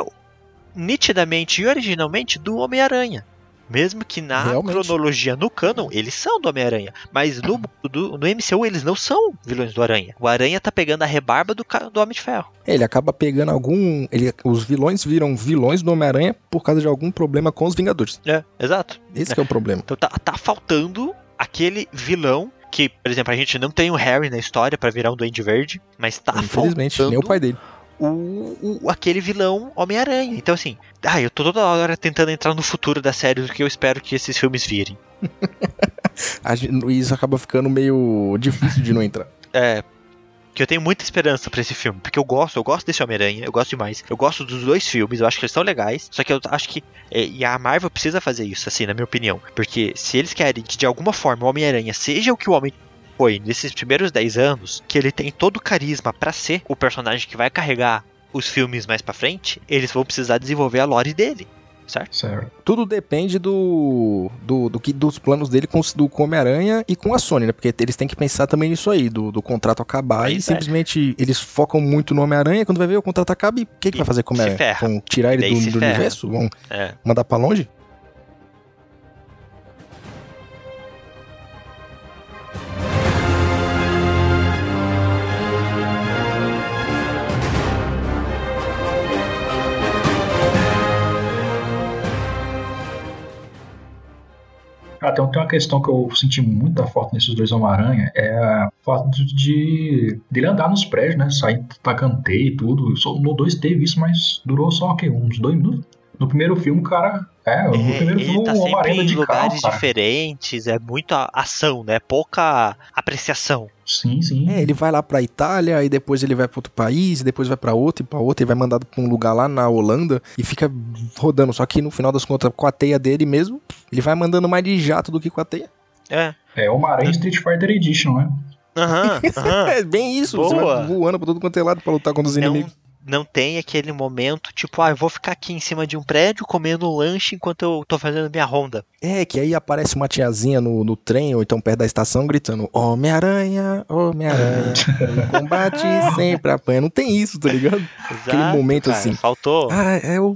S1: nitidamente e originalmente do Homem-Aranha. Mesmo que na
S2: Realmente.
S1: cronologia no canon, eles são do Homem-Aranha. Mas no, do- no MCU eles não são vilões do Aranha. O Aranha tá pegando a rebarba do, ca- do Homem de Ferro.
S2: É, ele acaba pegando algum. Ele, os vilões viram vilões do Homem-Aranha por causa de algum problema com os Vingadores.
S1: É, exato.
S2: Esse que é o problema.
S1: Então tá, tá faltando aquele vilão que, por exemplo, a gente não tem o Harry na história pra virar um Duende Verde, mas tá
S2: Infelizmente,
S1: faltando
S2: nem o pai dele.
S1: o, o- aquele vilão Homem-Aranha. Então assim, ah, eu tô toda hora tentando entrar no futuro da série do que eu espero que esses filmes virem.
S2: A gen- isso acaba ficando meio difícil de não entrar.
S1: É, que eu tenho muita esperança pra esse filme, porque eu gosto, eu gosto desse Homem-Aranha, eu gosto demais. Eu gosto dos dois filmes, eu acho que eles são legais, só que eu acho que é, e a Marvel precisa fazer isso assim, na minha opinião, porque se eles querem que de alguma forma o Homem-Aranha seja o que o Homem foi nesses primeiros 10 anos, que ele tem todo o carisma pra ser o personagem que vai carregar os filmes mais pra frente, eles vão precisar desenvolver a lore dele, certo?
S3: Certo.
S2: Tudo depende do, do, do que dos planos dele com, do com o Homem-Aranha e com a Sony, né? Porque eles têm que pensar também nisso aí, do, do contrato acabar.
S1: Pois
S2: e
S1: é.
S2: simplesmente eles focam muito no Homem-Aranha. Quando vai ver o contrato acaba, e o que, que
S1: E
S2: vai fazer com o
S1: se
S2: Homem-Aranha?
S1: ferra.
S2: Vão tirar
S1: E
S2: ele
S1: daí se
S2: do, do
S1: ferra.
S2: universo? Vão
S1: É.
S2: mandar pra longe?
S3: Ah, tem, tem uma questão que eu senti muita falta nesses dois Homem-Aranha, é o fato de, de dele andar nos prédios, né? Sair tacando teia e tudo. Só, no 2 teve isso, mas durou só o quê? Uns dois minutos? No primeiro filme, o cara. É, no
S1: É,
S3: primeiro filme
S1: ele tá
S3: o
S1: sempre
S3: Homem-Aranha
S1: em
S3: de
S1: lugares
S3: carro, cara.
S1: diferentes, é muita ação, né? Pouca apreciação.
S3: Sim, sim.
S2: É, ele vai lá pra Itália, e depois ele vai pra outro país, e depois vai pra outro, e pra outro, e vai mandado pra um lugar lá na Holanda, e fica rodando. Só que no final das contas, com a teia dele mesmo, ele vai mandando mais de jato do que com a teia.
S1: É.
S3: É Homem-Aranha Street Fighter Edition, né?
S1: Aham, aham.
S2: É bem isso, você
S1: Ah, Boa. um
S2: vai voando pra todo quanto é lado pra lutar contra os
S1: Não,
S2: inimigos.
S1: não tem aquele momento, tipo, ah, eu vou ficar aqui em cima de um prédio comendo um lanche enquanto eu tô fazendo minha ronda.
S2: É, que aí aparece uma tiazinha no, no trem, ou então perto da estação, gritando: Homem-Aranha, Homem-Aranha,
S1: É.
S2: em combate sempre apanha. Não tem isso, tá ligado? Aquele
S1: Exato,
S2: momento
S1: cara,
S2: assim.
S1: Faltou.
S2: Ah, é o-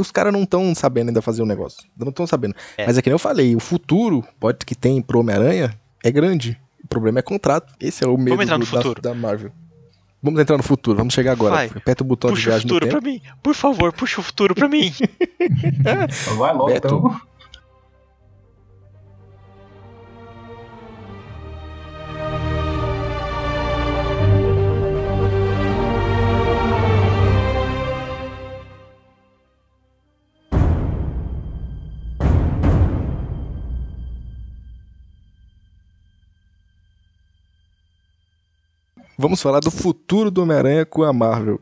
S2: Os caras não estão sabendo ainda fazer o negócio. Não estão sabendo.
S1: É.
S2: Mas é que nem eu falei, o futuro pode que tem pro Homem-Aranha é grande. O problema é contrato. Esse é o medo
S1: entrar no
S2: do- da-
S1: futuro.
S2: Da, Marvel. Vamos entrar no futuro, vamos chegar agora.
S1: Vai.
S2: Aperta o botão de
S1: puxa o
S2: viagem no
S1: futuro
S2: tempo.
S1: pra mim. Por favor, puxa o futuro pra mim.
S3: Vai logo,
S2: Beto.
S3: então.
S2: Vamos falar do futuro do Homem-Aranha com a Marvel. O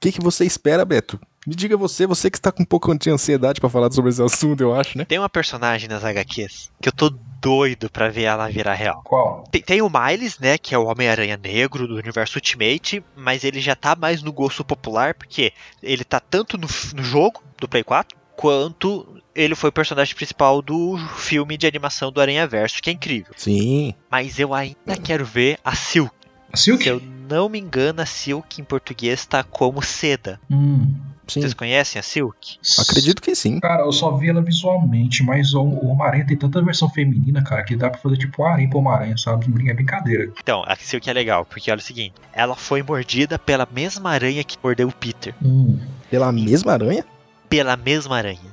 S2: que, que você espera, Beto? Me diga você, você que está com um pouco de ansiedade pra falar sobre esse assunto, eu acho, né?
S1: Tem uma personagem nas HQs que eu tô doido pra ver ela virar real.
S3: Qual?
S1: Tem, tem o Miles, né, que é o Homem-Aranha Negro do universo Ultimate, mas ele já tá mais no gosto popular, porque ele tá tanto no, f- no jogo do Play 4, quanto ele foi o personagem principal do filme de animação do Aranha Verso, que é incrível.
S2: Sim.
S1: Mas eu ainda quero ver a Silk.
S3: Silk?
S1: Se eu não me engano, a Silk em português tá como seda.
S3: Hum.
S2: Sim.
S1: Vocês conhecem a Silk?
S2: Acredito que sim.
S3: Cara, eu só vi ela visualmente, mas o, o Homem-Aranha tem tanta versão feminina, cara, que dá pra fazer tipo um harém pro Homem-Aranha, sabe? É brincadeira.
S1: Então, a Silk é legal, porque olha o seguinte: ela foi mordida pela mesma aranha que mordeu o Peter.
S3: Hum.
S2: Pela mesma aranha?
S1: Pela mesma aranha.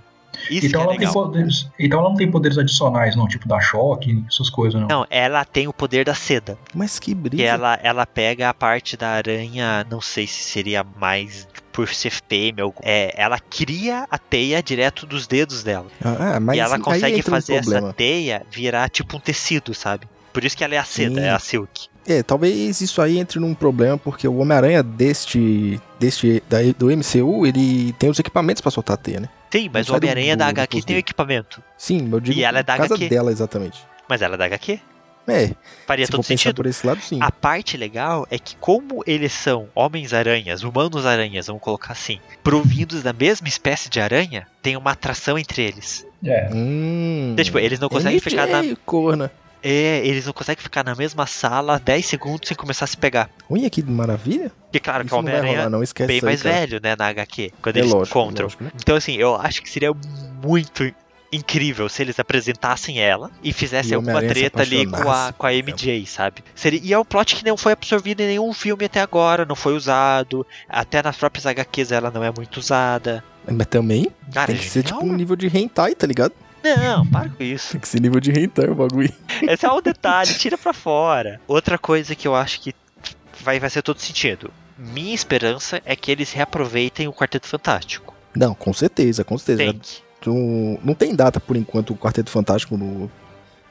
S1: Isso
S3: Então
S1: que é
S3: ela,
S1: legal.
S3: tem poderes, então ela não tem poderes adicionais, não, tipo dar choque, essas coisas, não.
S1: Não, ela tem o poder da seda.
S2: Mas
S1: Que
S2: que brisa.
S1: ela, ela pega a parte da aranha, não sei se seria mais por ser fêmea, ou- é, ela cria a teia direto dos dedos dela.
S2: Ah, mas
S1: e ela
S2: aí
S1: consegue
S2: entra um
S1: fazer essa
S2: problema.
S1: teia virar tipo um tecido, sabe? Por isso que ela é a seda,
S2: Sim.
S1: é a silk.
S2: É, talvez isso aí entre num problema, porque o Homem-Aranha deste. deste. Da, do MCU, ele tem os equipamentos pra soltar a teia, né?
S1: Sim, mas o
S2: Não sai do-
S1: Homem-Aranha é
S2: do-
S1: da
S2: do
S1: HQ
S2: posto
S1: tem o
S2: dele.
S1: equipamento.
S2: Sim, eu digo
S1: E ela é da
S2: por causa
S1: HQ.
S2: dela, exatamente.
S1: Mas ela é da HQ?
S2: É,
S1: Faria
S2: se for
S1: todo
S2: pensar
S1: sentido. Ah,
S2: por esse lado, sim.
S1: A parte legal é que, como eles são homens-aranhas, humanos-aranhas, vamos colocar assim, provindos da mesma espécie de aranha, tem uma atração entre eles.
S3: É.
S2: Hum.
S1: Então, tipo, eles não conseguem
S2: NJ,
S1: ficar na.
S2: corna.
S1: É, eles não conseguem ficar na mesma sala 10 segundos sem começar a se pegar.
S2: Olha que maravilha.
S1: Porque, claro, que
S2: Isso
S1: o
S2: não vai rolar,
S1: Homem-Aranha
S2: não.
S1: é
S2: Esquece
S1: bem
S2: isso aí,
S1: mais
S2: cara.
S1: velho, né, na HQ, quando
S2: É
S1: eles
S2: lógico,
S1: se encontram.
S2: lógico, né?
S1: Então, assim, eu acho que seria muito incrível se eles apresentassem ela e fizessem
S2: E o
S1: alguma
S2: Homem-Aranha se
S1: treta ali com a,
S2: apaixonasse.
S1: com a MJ, sabe? Seria, e é um plot que não foi absorvido em nenhum filme até agora, não foi usado. Até nas próprias HQs ela não é muito usada.
S2: Mas também
S1: Cara,
S2: tem que ser tipo
S1: genial,
S2: um nível de hentai, tá ligado?
S1: Não, para com isso.
S2: Tem que ser nível de hentai o bagulho.
S1: Esse é um detalhe, tira pra fora. Outra coisa que eu acho que vai fazer todo sentido. Minha esperança é que eles reaproveitem o Quarteto Fantástico.
S2: Não, com certeza, com certeza.
S1: Tem que.
S2: Tu- não tem data por enquanto o Quarteto Fantástico no-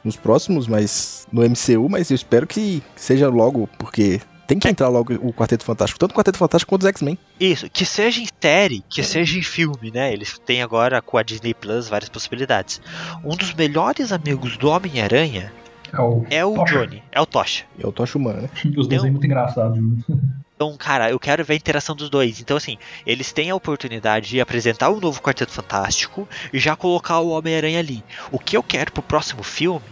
S2: nos próximos, mas no MCU, mas eu espero que seja logo, porque tem
S1: É.
S2: que entrar logo o Quarteto Fantástico, tanto o Quarteto Fantástico quanto os X-Men.
S1: Isso, que seja em série, que seja em filme, né? Eles têm agora com a Disney Plus várias possibilidades. Um dos melhores amigos do Homem-Aranha
S3: É o,
S1: é o
S3: Tocha.
S1: Johnny, é o Tocha.
S2: Eu tô achando, né?
S3: Os dois
S1: Não.
S3: é muito engraçado.
S1: Então, cara, eu quero ver a interação dos dois. Então, assim, eles têm a oportunidade de apresentar o novo Quarteto Fantástico e já colocar o Homem-Aranha ali. O que eu quero pro próximo filme,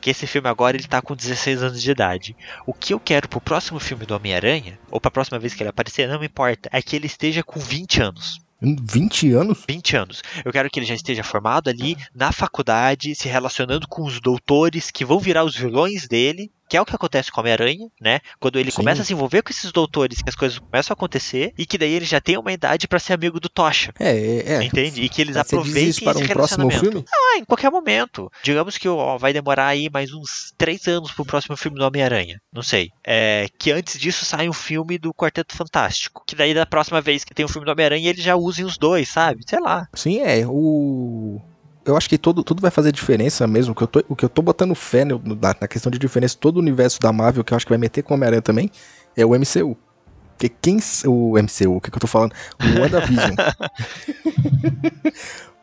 S1: que esse filme agora ele tá com 16 anos de idade. O que eu quero pro próximo filme do Homem-Aranha, ou pra próxima vez que ele aparecer, não me importa, é que ele esteja com 20 anos.
S2: Em 20 Um, anos?
S1: 20 anos. Eu quero que ele já esteja formado ali na faculdade, se relacionando com os doutores que vão virar os vilões dele, que é o que acontece com o Homem-Aranha, né? Quando ele
S2: Sim.
S1: começa a se envolver com esses doutores, que as coisas começam a acontecer, e que daí ele já tem uma idade pra ser amigo do Tocha.
S2: É, é, é.
S1: Entende? E que eles
S2: Mas você diz
S1: aproveitem
S2: isso para um
S1: esse
S2: próximo
S1: relacionamento.
S2: filme?
S1: Ah, em qualquer momento. Digamos que ó, vai demorar aí mais uns três anos pro próximo filme do Homem-Aranha. Não sei. É, que antes disso sai um filme do Quarteto Fantástico. Que daí da próxima vez que tem um filme do Homem-Aranha, eles já usem os dois, sabe? Sei lá.
S2: Sim, é. O. Eu acho que todo, tudo vai fazer diferença mesmo. O que eu tô, o que eu tô botando fé no- no- na, na questão de diferença, todo o universo da Marvel, que eu acho que vai meter com o Homem-Aranha também, é o MCU. Porque quem. s- O MCU, o que, que eu tô falando? O WandaVision.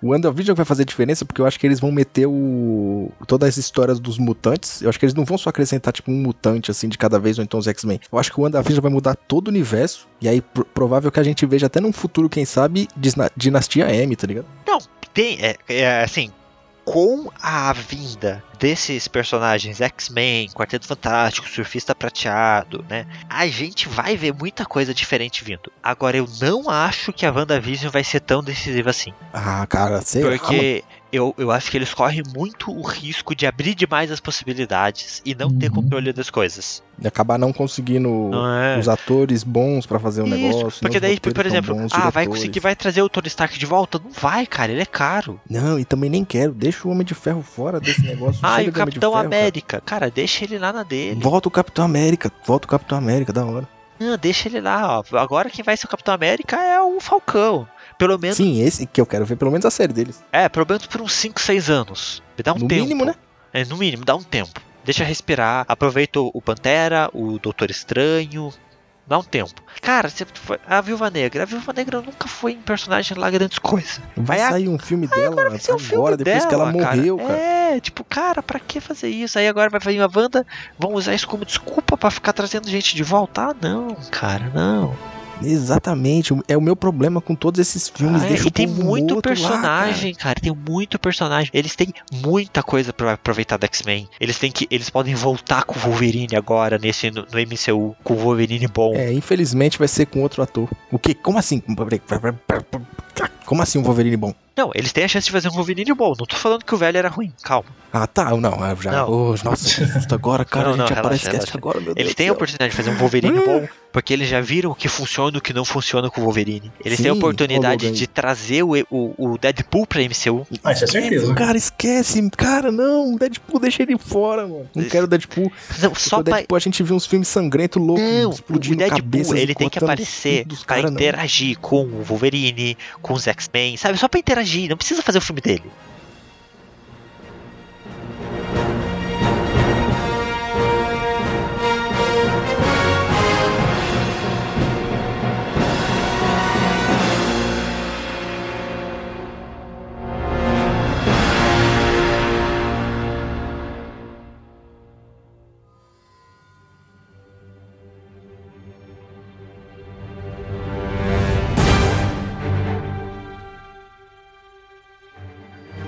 S2: o WandaVision vai fazer diferença porque eu acho que eles vão meter o. Todas as histórias dos mutantes. Eu acho que eles não vão só acrescentar, tipo, um mutante assim de cada vez, ou então os X-Men. Eu acho que o WandaVision vai mudar todo o universo. E aí, pro- provável que a gente veja até num futuro, quem sabe, disna- Dinastia M, tá ligado?
S1: tem, é, é, assim, com a vinda desses personagens X-Men, Quarteto Fantástico, Surfista Prateado, né? A gente vai ver muita coisa diferente vindo. Agora, eu não acho que a WandaVision vai ser tão decisiva assim.
S2: Ah, cara, sei lá, mano.
S1: Porque eu, eu acho que eles correm muito o risco de abrir demais as possibilidades e não ter
S3: Uhum.
S1: controle das coisas.
S2: E acabar não conseguindo
S1: Não é?
S2: os atores bons pra fazer o
S1: Isso,
S2: um negócio. não
S1: Porque
S2: os
S1: daí, por
S2: roteiros tão
S1: exemplo,
S2: bons, os
S1: ah, vai
S2: diretores.
S1: conseguir, vai trazer o Tony Stark de volta? Não vai, cara, ele é caro.
S2: Não, e também nem quero. Deixa o Homem de Ferro fora desse negócio.
S1: Ah,
S2: Chega
S1: e o
S2: de Homem de
S1: Capitão
S2: Ferro, cara.
S1: América. Cara, deixa ele lá na dele.
S2: Volta o Capitão América. Volta o Capitão América, da hora.
S1: Não, deixa ele lá, ó. Agora quem vai ser o Capitão América é o Falcão. Pelo menos,
S2: Sim, esse que eu quero ver pelo menos a série deles.
S1: é, pelo menos por uns 5, 6 anos. Me dá um
S2: no
S1: tempo.
S2: mínimo, né?
S1: É, no mínimo, dá um tempo. Deixa respirar, aproveita o Pantera, o Doutor Estranho, dá um tempo. Cara, você foi- a Viúva Negra, a Viúva Negra nunca foi um personagem lá grandes coisas.
S2: Vai
S1: Vai a-
S2: sair um filme dela mano,
S1: Esse é o
S2: agora,
S1: filme
S2: depois que
S1: dela,
S2: ela morreu, cara.
S1: É, tipo, cara, pra que fazer isso? Aí agora vai vir a Wanda, vão usar isso como desculpa pra ficar trazendo gente de volta? Ah, não, cara, não.
S2: Exatamente. É o meu problema com todos esses filmes.
S1: Ah, é,
S2: Deixa o
S1: e tem
S2: povo
S1: muito
S2: morto um lá,
S1: personagem, cara. Tem muito personagem. Eles têm muita coisa pra aproveitar do X-Men. Eles têm que, eles podem voltar com o Wolverine agora nesse no, no MCU com o Wolverine bom.
S2: É, infelizmente vai ser com outro ator. O quê? Como assim? Peraí, peraí, peraí, peraí, peraí. Como assim um Wolverine bom?
S1: Não, eles têm a chance de fazer um Wolverine bom. Não tô falando que o velho era ruim, calma.
S2: Ah, tá. Não, eu já.
S1: Não.
S2: Ô, nossa, que susto agora,
S1: Não,
S2: cara. a gente
S1: não,
S2: aparece
S1: relaxa,
S2: cast
S1: relaxa.
S2: agora, meu Deus.
S1: Eles têm a
S2: do céu.
S1: oportunidade de fazer um Wolverine bom. Porque eles já viram o que funciona e o que não funciona com o Wolverine. Eles
S2: Sim,
S1: têm a oportunidade
S2: Hologan.
S1: de trazer o, o, o Deadpool pra MCU.
S3: Ah, isso é certeza.
S2: Cara, esquece. Cara, não. Deadpool, deixa ele fora, mano. Não
S1: Isso.
S2: quero Deadpool.
S1: Não,
S2: Só
S1: só
S2: o
S1: pra.
S2: Deadpool a gente viu uns filmes sangrentos loucos.
S1: Não, É, o
S2: explodindo cabeças
S1: Deadpool
S2: e
S1: ele tem que
S2: cortando
S1: aparecer
S2: tudo dos
S1: pra
S2: cara, não.
S1: interagir com o Wolverine, com os X-Men, sabe? Só pra interagir, não precisa fazer o filme dele.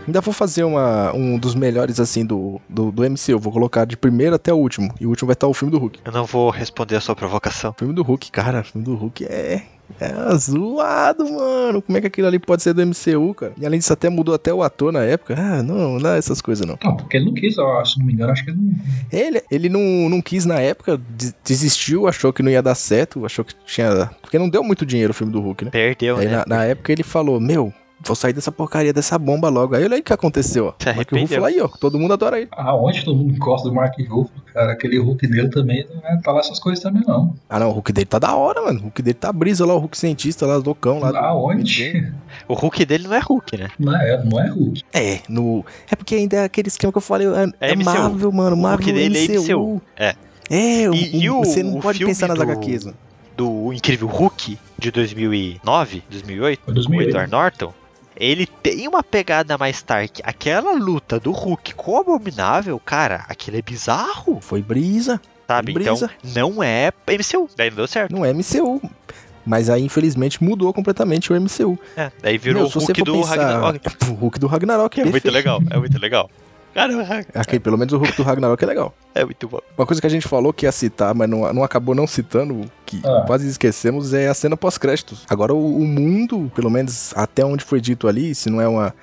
S2: Ainda vou fazer uma, um dos melhores, assim, do, do, do MCU. Vou colocar de primeiro até o último. E o último vai estar o filme do Hulk.
S1: Eu não vou responder a sua provocação.
S2: O filme do Hulk, cara. O filme do Hulk é. É zoado, mano. Como é que aquilo ali pode ser do MCU, cara? E além disso, até mudou até o ator na época. Ah, não, não é essas coisas, não.
S3: Não, porque ele não quis, ó, se não me engano, acho que ele não.
S2: Ele, ele não, não quis na época, de- desistiu, achou que não ia dar certo, achou que tinha. Porque não deu muito dinheiro o filme do Hulk, né?
S1: Perdeu,
S2: Aí
S1: né?
S2: na, na época ele falou: Meu, vou sair dessa porcaria dessa bomba logo. Aí olha aí o que aconteceu, ó.
S1: Se
S2: Mas que o Hulk
S1: arrependeu.
S2: falou aí, ó. que Todo mundo adora ele.
S3: Ah, onde todo mundo gosta do Mark Ruffalo, cara, aquele Hulk dele também, não é, tá lá essas coisas também não.
S2: Ah, não, o Hulk dele tá da hora, mano. O Hulk dele tá brisa lá, o Hulk cientista lá, loucão lá. do-
S3: Aonde?
S1: O Hulk dele não é Hulk, né?
S3: Não é, não é Hulk.
S2: É, no. É porque ainda é aquele esquema que eu falei. É,
S1: É
S2: é,
S1: MCU.
S2: Marvel, mano. Marvel
S1: Hulk dele é
S2: MCU.
S1: MCU. É.
S2: É, o,
S1: E- e
S2: o-
S1: o-
S2: você não
S1: o
S2: pode
S1: filme
S2: pensar nas né?
S1: do-
S2: HQs, mano.
S1: do Incrível Hulk de 2009, 2008,
S3: Foi
S1: com o
S3: 2008.
S1: Edward Norton, ele tem uma pegada mais Stark. Aquela luta do Hulk com o Abominável, cara, aquilo é bizarro,
S2: Foi brisa.
S1: sabe? Então,
S2: Brisa.
S1: não é MCU. Daí não deu certo.
S2: Não é MCU. Mas aí, infelizmente, mudou completamente o MCU.
S1: É, daí virou
S2: Meu,
S1: o
S2: se você
S1: Hulk
S2: for
S1: do
S2: pensar-
S1: Ragnarok.
S2: O Hulk do Ragnarok
S1: É
S2: é
S1: muito
S2: perfeito.
S1: legal, é muito legal. Cara,
S2: Aqui, pelo menos o Hulk do Ragnarok é legal.
S1: é muito bom.
S2: Uma coisa que a gente falou que ia citar, mas não, não acabou não citando, que
S3: Ah.
S2: quase esquecemos, é a cena pós-créditos. Agora, o, o mundo, pelo menos até onde foi dito ali, se não é uma,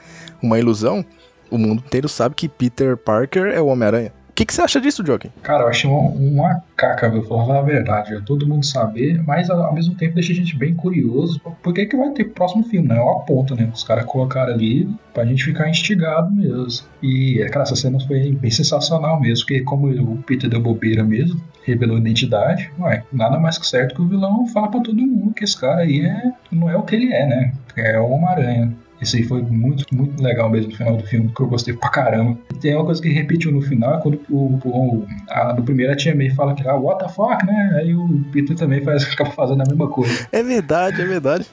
S2: uma ilusão, o mundo inteiro sabe que Peter Parker é o Homem-Aranha. O que, que você acha disso, Joker?
S3: Cara, eu achei uma, uma caca, viu? Falando a verdade, viu? todo mundo saber, mas ao ao mesmo tempo deixa a gente bem curioso. por- Por que, que vai ter próximo filme, né? É uma ponta, né? Os caras colocaram ali pra gente ficar instigado mesmo. E, é, cara, essa cena foi bem sensacional mesmo, porque como o Peter deu bobeira mesmo, revelou a identidade, ué, nada mais que certo que o vilão fala pra todo mundo que esse cara aí é, não é o que ele é, né? É o Homem-Aranha. Esse aí foi muito, muito legal mesmo no final do filme, que eu gostei pra caramba. Tem uma coisa que repetiu no final, quando o, o, a, no primeiro a Tia May fala que, ah, what the fuck, né? Aí o Peter também faz, acaba fazendo a mesma coisa.
S2: É verdade, é verdade.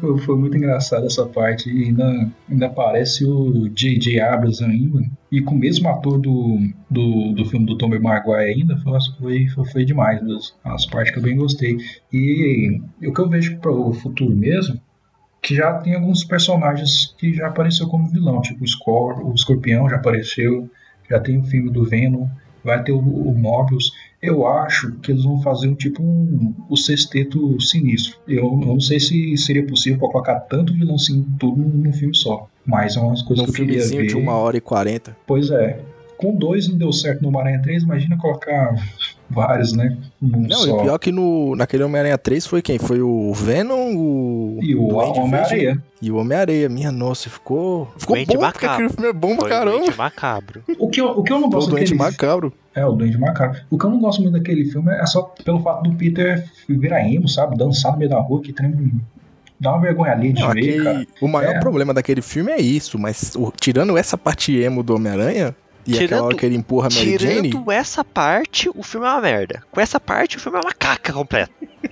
S3: Foi, foi muito engraçado essa parte. E ainda, ainda aparece o J.J. Abrams ainda. E com o mesmo ator do, do, do filme do Tommy Maguire ainda, foi, foi, foi, foi demais mesmo. As partes que eu bem gostei. E o que eu vejo para o futuro mesmo, que já tem alguns personagens que já apareceu como vilão, tipo o, Scor o Escorpião já apareceu, já tem o filme do Venom, vai ter o, o Morbius. Eu acho que eles vão fazer um tipo um, o sexteto sinistro. Eu, eu não sei se seria possível pra colocar tanto vilão assim tudo num, num filme só. Mas é umas coisas
S2: Num
S3: que eu queria
S2: filmezinho
S3: ver.
S2: de 1 hora e 40.
S3: Pois é. Com dois não deu certo no Homem-Aranha 3, imagina colocar vários, né? Num
S2: Não,
S3: só.
S2: e pior que no, naquele Homem-Aranha 3 foi quem? Foi o Venom, o.
S3: E o
S2: Duende Verde
S3: Homem-Aranha.
S2: E o Homem-Aranha. Minha nossa, ficou. Ficou
S1: Duende
S2: bom, porque
S1: macabro.
S2: aquele filme é bom pra
S1: Foi
S2: caramba.
S1: muito macabro.
S3: O que, eu, o que eu não
S2: O
S3: gosto
S2: doente
S3: daquele
S2: macabro.
S3: É, o Duende Macabro. O que eu não gosto muito daquele filme é só pelo fato do Peter virar emo, sabe? Dançar no meio da rua, que trem... Dá uma vergonha ali de
S2: Não,
S3: ver,
S2: aquele-
S3: cara.
S2: O maior
S3: É.
S2: problema daquele filme é isso, mas o- tirando essa parte emo do Homem-Aranha, e aquela
S1: Tirando-
S2: hora que ele empurra a Mary Jane,
S1: Tirando essa parte, o filme é uma merda. Com essa parte, o filme é uma caca completa.
S2: o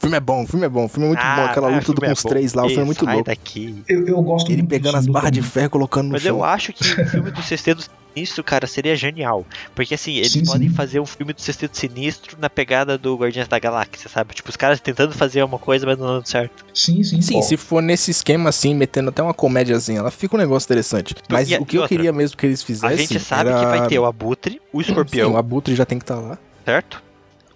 S2: filme é bom, o filme é bom, o filme é muito
S1: Ah,
S2: bom. Aquela
S1: vai, o
S2: luta do-
S1: filme
S2: com
S1: é
S2: os
S1: bom.
S2: três lá, o
S1: Ih,
S2: filme é muito
S1: sai
S2: louco.
S1: daqui.
S3: Eu, eu gosto
S2: Ele
S3: muito
S2: pegando
S3: do
S2: as
S3: Snoop
S2: barras de
S3: Dogg.
S2: ferro e colocando no
S1: Mas é um
S2: chão.
S1: eu acho que o filme do Sexteto Sinistro, cara, seria genial. Porque assim, eles
S3: Sim,
S1: podem
S3: sim.
S1: fazer um filme do Sexteto Sinistro na pegada do Guardiões da Galáxia, sabe? Tipo, os caras tentando fazer uma coisa, mas não dando certo.
S3: Sim, sim,
S2: Sim,
S3: pô.
S2: se for nesse esquema assim, metendo até uma comédiazinha, ela fica um negócio interessante. Mas
S1: e-
S2: o
S1: e
S2: que eu
S1: outra?
S2: queria mesmo que eles
S1: A
S2: fizessem.
S1: gente sabe
S2: assim, era-
S1: que vai ter o Abutre, o Escorpião,
S2: Sim, o Abutre já tem que estar lá.
S1: certo?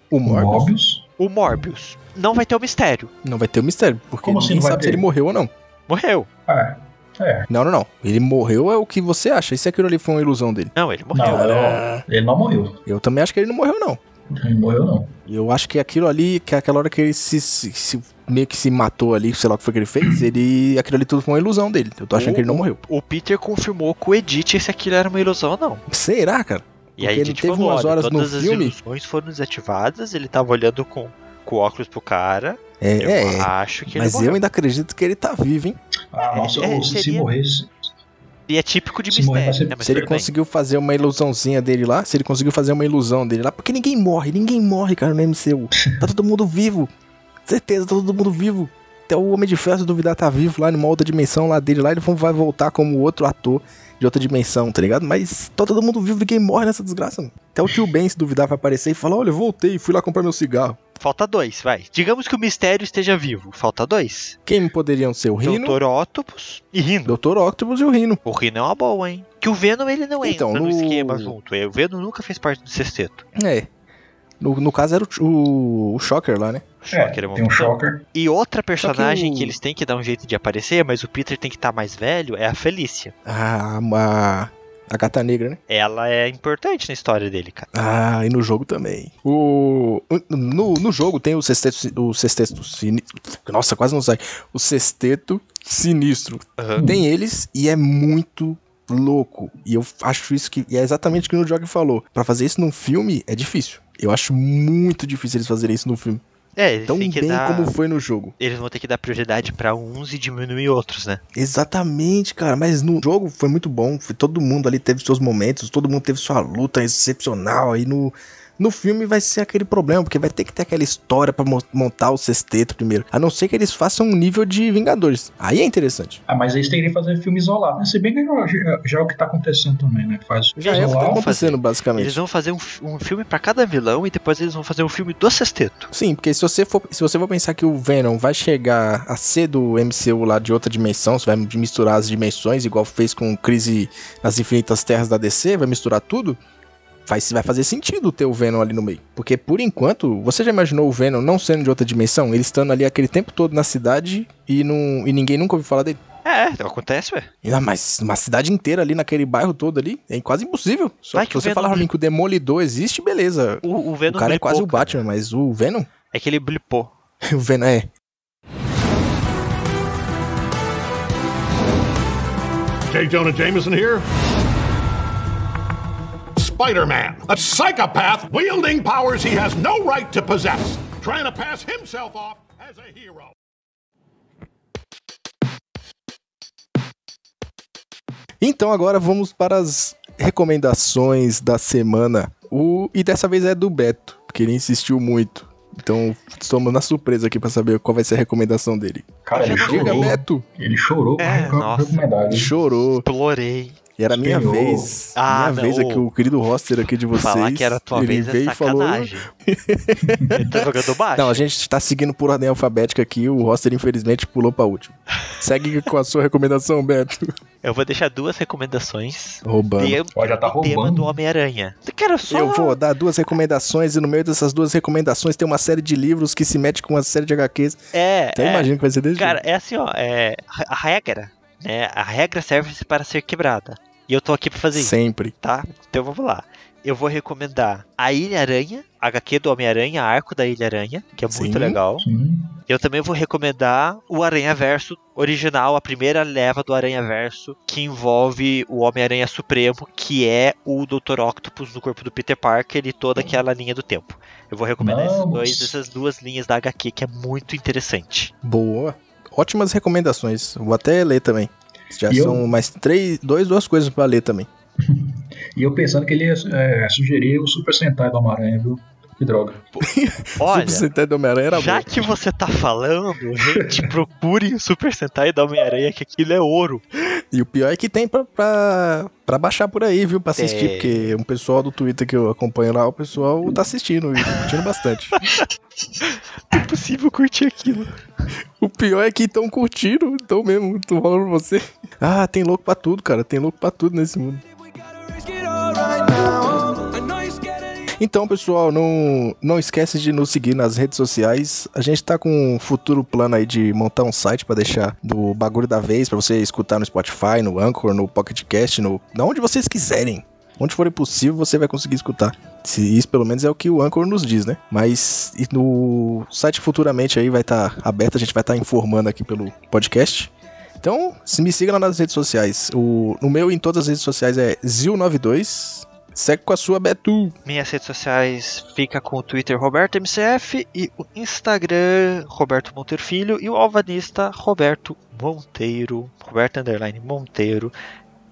S2: O
S3: O
S2: Morbius.
S3: Morbius.
S1: O Morbius. Não vai ter o mistério.
S2: Não vai ter o mistério, porque
S3: Como assim
S2: ninguém
S3: não vai
S2: sabe se
S3: ter?
S2: ele morreu ou não.
S1: Morreu.
S3: Ah, é.
S2: Não, não, não. Ele morreu é o que você acha. E se aquilo ali foi uma ilusão dele?
S1: Não, ele morreu.
S3: Não,
S2: Ah.
S3: ele não morreu.
S2: Eu também acho que ele não morreu, não.
S3: Não morreu, não.
S2: E eu acho que aquilo ali, que aquela hora que ele se, se- se- meio que se matou ali, sei lá o que foi que ele fez, ele. Aquilo ali tudo foi uma ilusão dele. Eu tô achando que ele não morreu.
S1: O Peter confirmou com o Edith se aquilo era uma ilusão ou não.
S2: Será, cara?
S1: E aí a
S2: Porque ele
S1: Edith
S2: teve
S1: falou,
S2: umas
S1: olha,
S2: horas no
S1: todas as
S2: filme-
S1: ilusões foram desativadas, ele tava olhando com, com o óculos pro cara.
S2: É,
S1: Eu
S2: é,
S1: acho que ele
S2: mas
S1: morreu.
S2: eu ainda acredito que ele tá vivo, hein?
S3: Ah,
S1: É,
S3: nossa,
S1: é,
S3: ou se, se
S1: seria-
S3: morresse.
S1: E é típico de
S3: Se morrer,
S1: mistério,
S3: vai ser-
S1: né? Mas
S2: se ele
S1: tudo bem.
S2: conseguiu fazer uma ilusãozinha dele lá, se ele conseguiu fazer uma ilusão dele lá, porque ninguém morre, ninguém morre, cara, no MCU. Tá todo mundo vivo. Certeza, tá todo mundo vivo. Até o Homem de Ferro, se duvidar, tá vivo lá numa outra dimensão lá dele lá, ele vai voltar como outro ator de outra dimensão, tá ligado? Mas tá todo mundo vivo, ninguém morre nessa desgraça, mano. Até o tio Ben, se duvidar, vai aparecer e falar, olha, eu voltei, fui lá comprar meu cigarro.
S1: Falta dois, vai. Digamos que o mistério esteja vivo. Falta dois.
S2: Quem poderiam ser? O Rino,
S1: Doutor Octopus e Rino.
S2: Doutor Octopus e o Rino.
S1: O Rino é uma boa, hein? Que o Venom ele não
S2: Então,
S1: entra no...
S2: no-
S1: esquema junto. É, O Venom nunca fez parte do sexteto.
S2: É. No, no caso era o, o, o Shocker lá, né?
S3: É,
S1: Shocker é uma
S3: tem um
S1: opção.
S3: Shocker.
S1: E outra personagem
S2: o-
S1: que eles têm que dar um jeito de aparecer, mas o Peter tem que estar mais velho, é a Felícia.
S2: A, Ah, a, a Gata Negra, né?
S1: Ela é importante na história dele, cara.
S2: Ah, e no jogo também. O no, no jogo tem o sexteto o sexteto sinistro. Nossa, quase não sai. O sexteto sinistro.
S1: Aham.
S2: Tem eles e é muito louco. E eu acho isso que e é exatamente o que o Jogue falou. Pra fazer isso num filme é difícil. Eu acho muito difícil eles fazerem isso num filme.
S1: É, eles
S2: Tão
S1: têm
S2: bem
S1: que dar.
S2: como foi no jogo.
S1: Eles vão ter que dar prioridade pra uns e diminuir outros, né?
S2: Exatamente, cara. Mas no jogo foi muito bom. Foi, todo mundo ali teve seus momentos, todo mundo teve sua luta excepcional. Aí no, no filme vai ser aquele problema, porque vai ter que ter aquela história pra mo- montar o sexteto primeiro. A não ser que eles façam um nível de Vingadores. Aí é interessante.
S3: Ah, mas eles teriam que fazer filme isolado, né? Se bem que já, já- já é o que tá acontecendo também, né? Faz o
S2: Já é o que tá
S3: isolado.
S2: acontecendo, basicamente.
S1: Eles vão fazer um, fi- um filme pra cada vilão e depois eles vão fazer um filme do sexteto.
S2: Sim, porque se você, for, se você for pensar que o Venom vai chegar a ser do MCU lá de outra dimensão, você vai misturar as dimensões, igual fez com Crise nas Infinitas Terras da DC, vai misturar tudo, vai, vai fazer sentido ter o Venom ali no meio. Porque, por enquanto, você já imaginou o Venom não sendo de outra dimensão? Ele estando ali aquele tempo todo na cidade e, não, e ninguém nunca ouviu falar dele?
S1: É, é, acontece, ué.
S2: Ah, mas uma cidade inteira ali, naquele bairro todo ali, é quase impossível. Só
S1: Vai
S2: que
S1: que o
S2: se você
S1: Venom-
S2: falar pra mim que o Demolidor existe, beleza.
S1: O, o
S2: O
S1: Venom
S2: cara é
S1: blipou,
S2: quase o
S1: cara.
S2: Batman, mas o Venom?
S1: É que ele blipou.
S2: O Venom é...
S5: J. Jonah Jameson here. Spider Man, a psychopath wielding powers he has no right to possess, trying to pass himself off as a hero.
S2: Então agora vamos para as recomendações da semana. O e dessa vez é do Beto, porque ele insistiu muito. Então estamos na surpresa aqui pra saber qual vai ser a recomendação dele.
S3: Cara, ele
S2: Diga,
S3: chorou.
S2: Beto.
S3: Ele chorou pra
S1: É,
S3: recom-
S1: nossa.
S3: recomendar.
S2: Ele
S3: Ele
S2: chorou.
S1: Explorei.
S2: E era a minha
S3: Chorou.
S2: vez.
S1: Ah,
S2: minha
S1: não,
S2: vez aqui,
S1: ô.
S2: o querido roster aqui de vocês.
S1: Falar que era a tua
S2: ele
S1: vez é
S2: veio e falou.
S1: sacanagem. ele tá jogando baixo.
S2: Não, a gente tá seguindo por ordem alfabética aqui. O roster, infelizmente, pulou pra última. Segue com a sua recomendação, Beto.
S1: Eu vou deixar duas recomendações.
S2: Roubando.
S1: Tem
S3: Ó, já tá
S1: o tema
S3: roubando.
S1: do Homem-Aranha. Cara, só...
S2: Eu vou dar duas recomendações e no meio dessas duas recomendações tem uma série de livros que se mete com uma série de HQs.
S1: É,
S2: Até
S1: é.
S2: imagino que vai ser desse
S1: Cara,
S2: jeito.
S1: é assim, ó, é a regra, né? A regra serve para ser quebrada. E eu tô aqui pra fazer isso,
S2: Sempre.
S1: tá? Então vamos lá. Eu vou recomendar a Ilha Aranha, HQ do Homem-Aranha, Arco da Ilha Aranha, que é muito
S2: Sim.
S1: legal.
S3: Sim.
S1: Eu também vou recomendar o Aranha Verso original, a primeira leva do Aranha Verso, que envolve o Homem-Aranha Supremo, que é o Dr. Octopus no corpo do Peter Parker e toda aquela linha do tempo. Eu vou recomendar esses
S3: Vamos.
S1: dois, essas duas linhas da HQ, que é muito interessante.
S2: Boa. Ótimas recomendações. Vou até ler também. Já
S3: E eu-
S2: são mais três, dois, duas coisas pra ler também.
S3: E eu pensando que ele ia é, sugerir o Super Sentai do Homem-Aranha, viu? Que droga.
S1: Olha,
S2: Super Sentai do Homem-Aranha era
S1: Já
S2: bom.
S1: que você tá falando, gente, procure o Super Sentai da Homem-Aranha, que aquilo é ouro.
S2: E o pior é que tem pra, pra, pra baixar por aí, viu? Pra assistir.
S1: Tem.
S2: Porque um pessoal do Twitter que eu acompanho lá, o pessoal tá assistindo e curtindo bastante.
S1: É impossível curtir aquilo.
S2: O pior é que estão curtindo, então mesmo, tô falando pra você. Ah, tem louco pra tudo, cara. Tem louco pra tudo nesse mundo. Então, pessoal, não, não esquece de nos seguir nas redes sociais. A gente tá com um futuro plano aí de montar um site pra deixar do bagulho da vez, pra você escutar no Spotify, no Anchor, no Pocket Cast, no... na onde vocês quiserem. Onde for possível, você vai conseguir escutar. Se- Isso pelo menos é o que o Anchor nos diz, né? Mas e no site futuramente aí vai estar aberto, a gente vai estar informando aqui pelo podcast. Então, se me siga lá nas redes sociais. O, no meu e em todas as redes sociais é Zil92. Segue com a sua Betu.
S1: Minhas redes sociais fica com o Twitter Roberto MCF e o Instagram Roberto Monteiro Filho e o alvanista Roberto Monteiro, Roberto Underline Monteiro.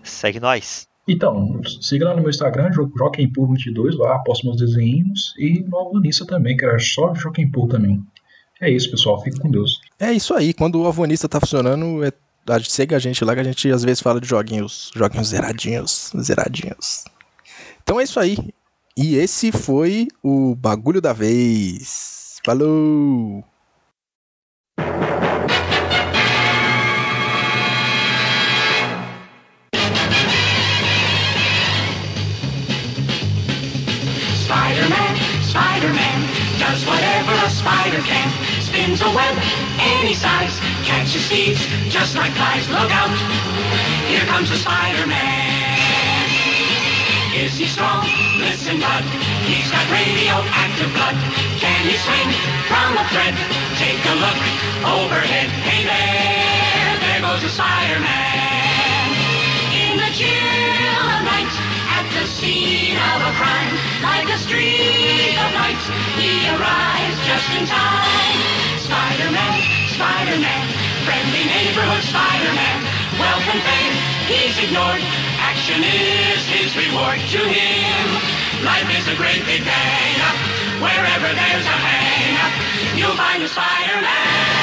S1: Segue nós.
S3: Então, siga lá no meu Instagram, Jo- Joaquim Pool 22, lá posto meus desenhos e no Alvanista também, que era só Joaquim Pool também. É isso, pessoal. Fique com Deus.
S2: É isso aí. Quando o Avonista tá funcionando, é, a gente segue a gente lá que a gente às vezes fala de joguinhos. Joguinhos zeradinhos. Zeradinhos. Então é isso aí. E esse foi o Bagulho da Vez. Falou!
S6: Spider-Man, Spider-Man, does whatever a spider can. Spins a web any size, catches thieves just like flies. Look out, here comes the Spider-Man. Is he strong? Listen, bud, he's got radioactive blood. Can he swing from a thread? Take a look overhead. Hey there, there goes the Spider-Man. In the chill of night, at the scene of a crime, like a streak of light, he arrives just in time. Spider-Man, Spider-Man, friendly neighborhood Spider-Man. Wealth and fame, he's ignored. Action is his reward to him. Life is a great big bang-up. Wherever there's a hang-up, you'll find a Spider-Man.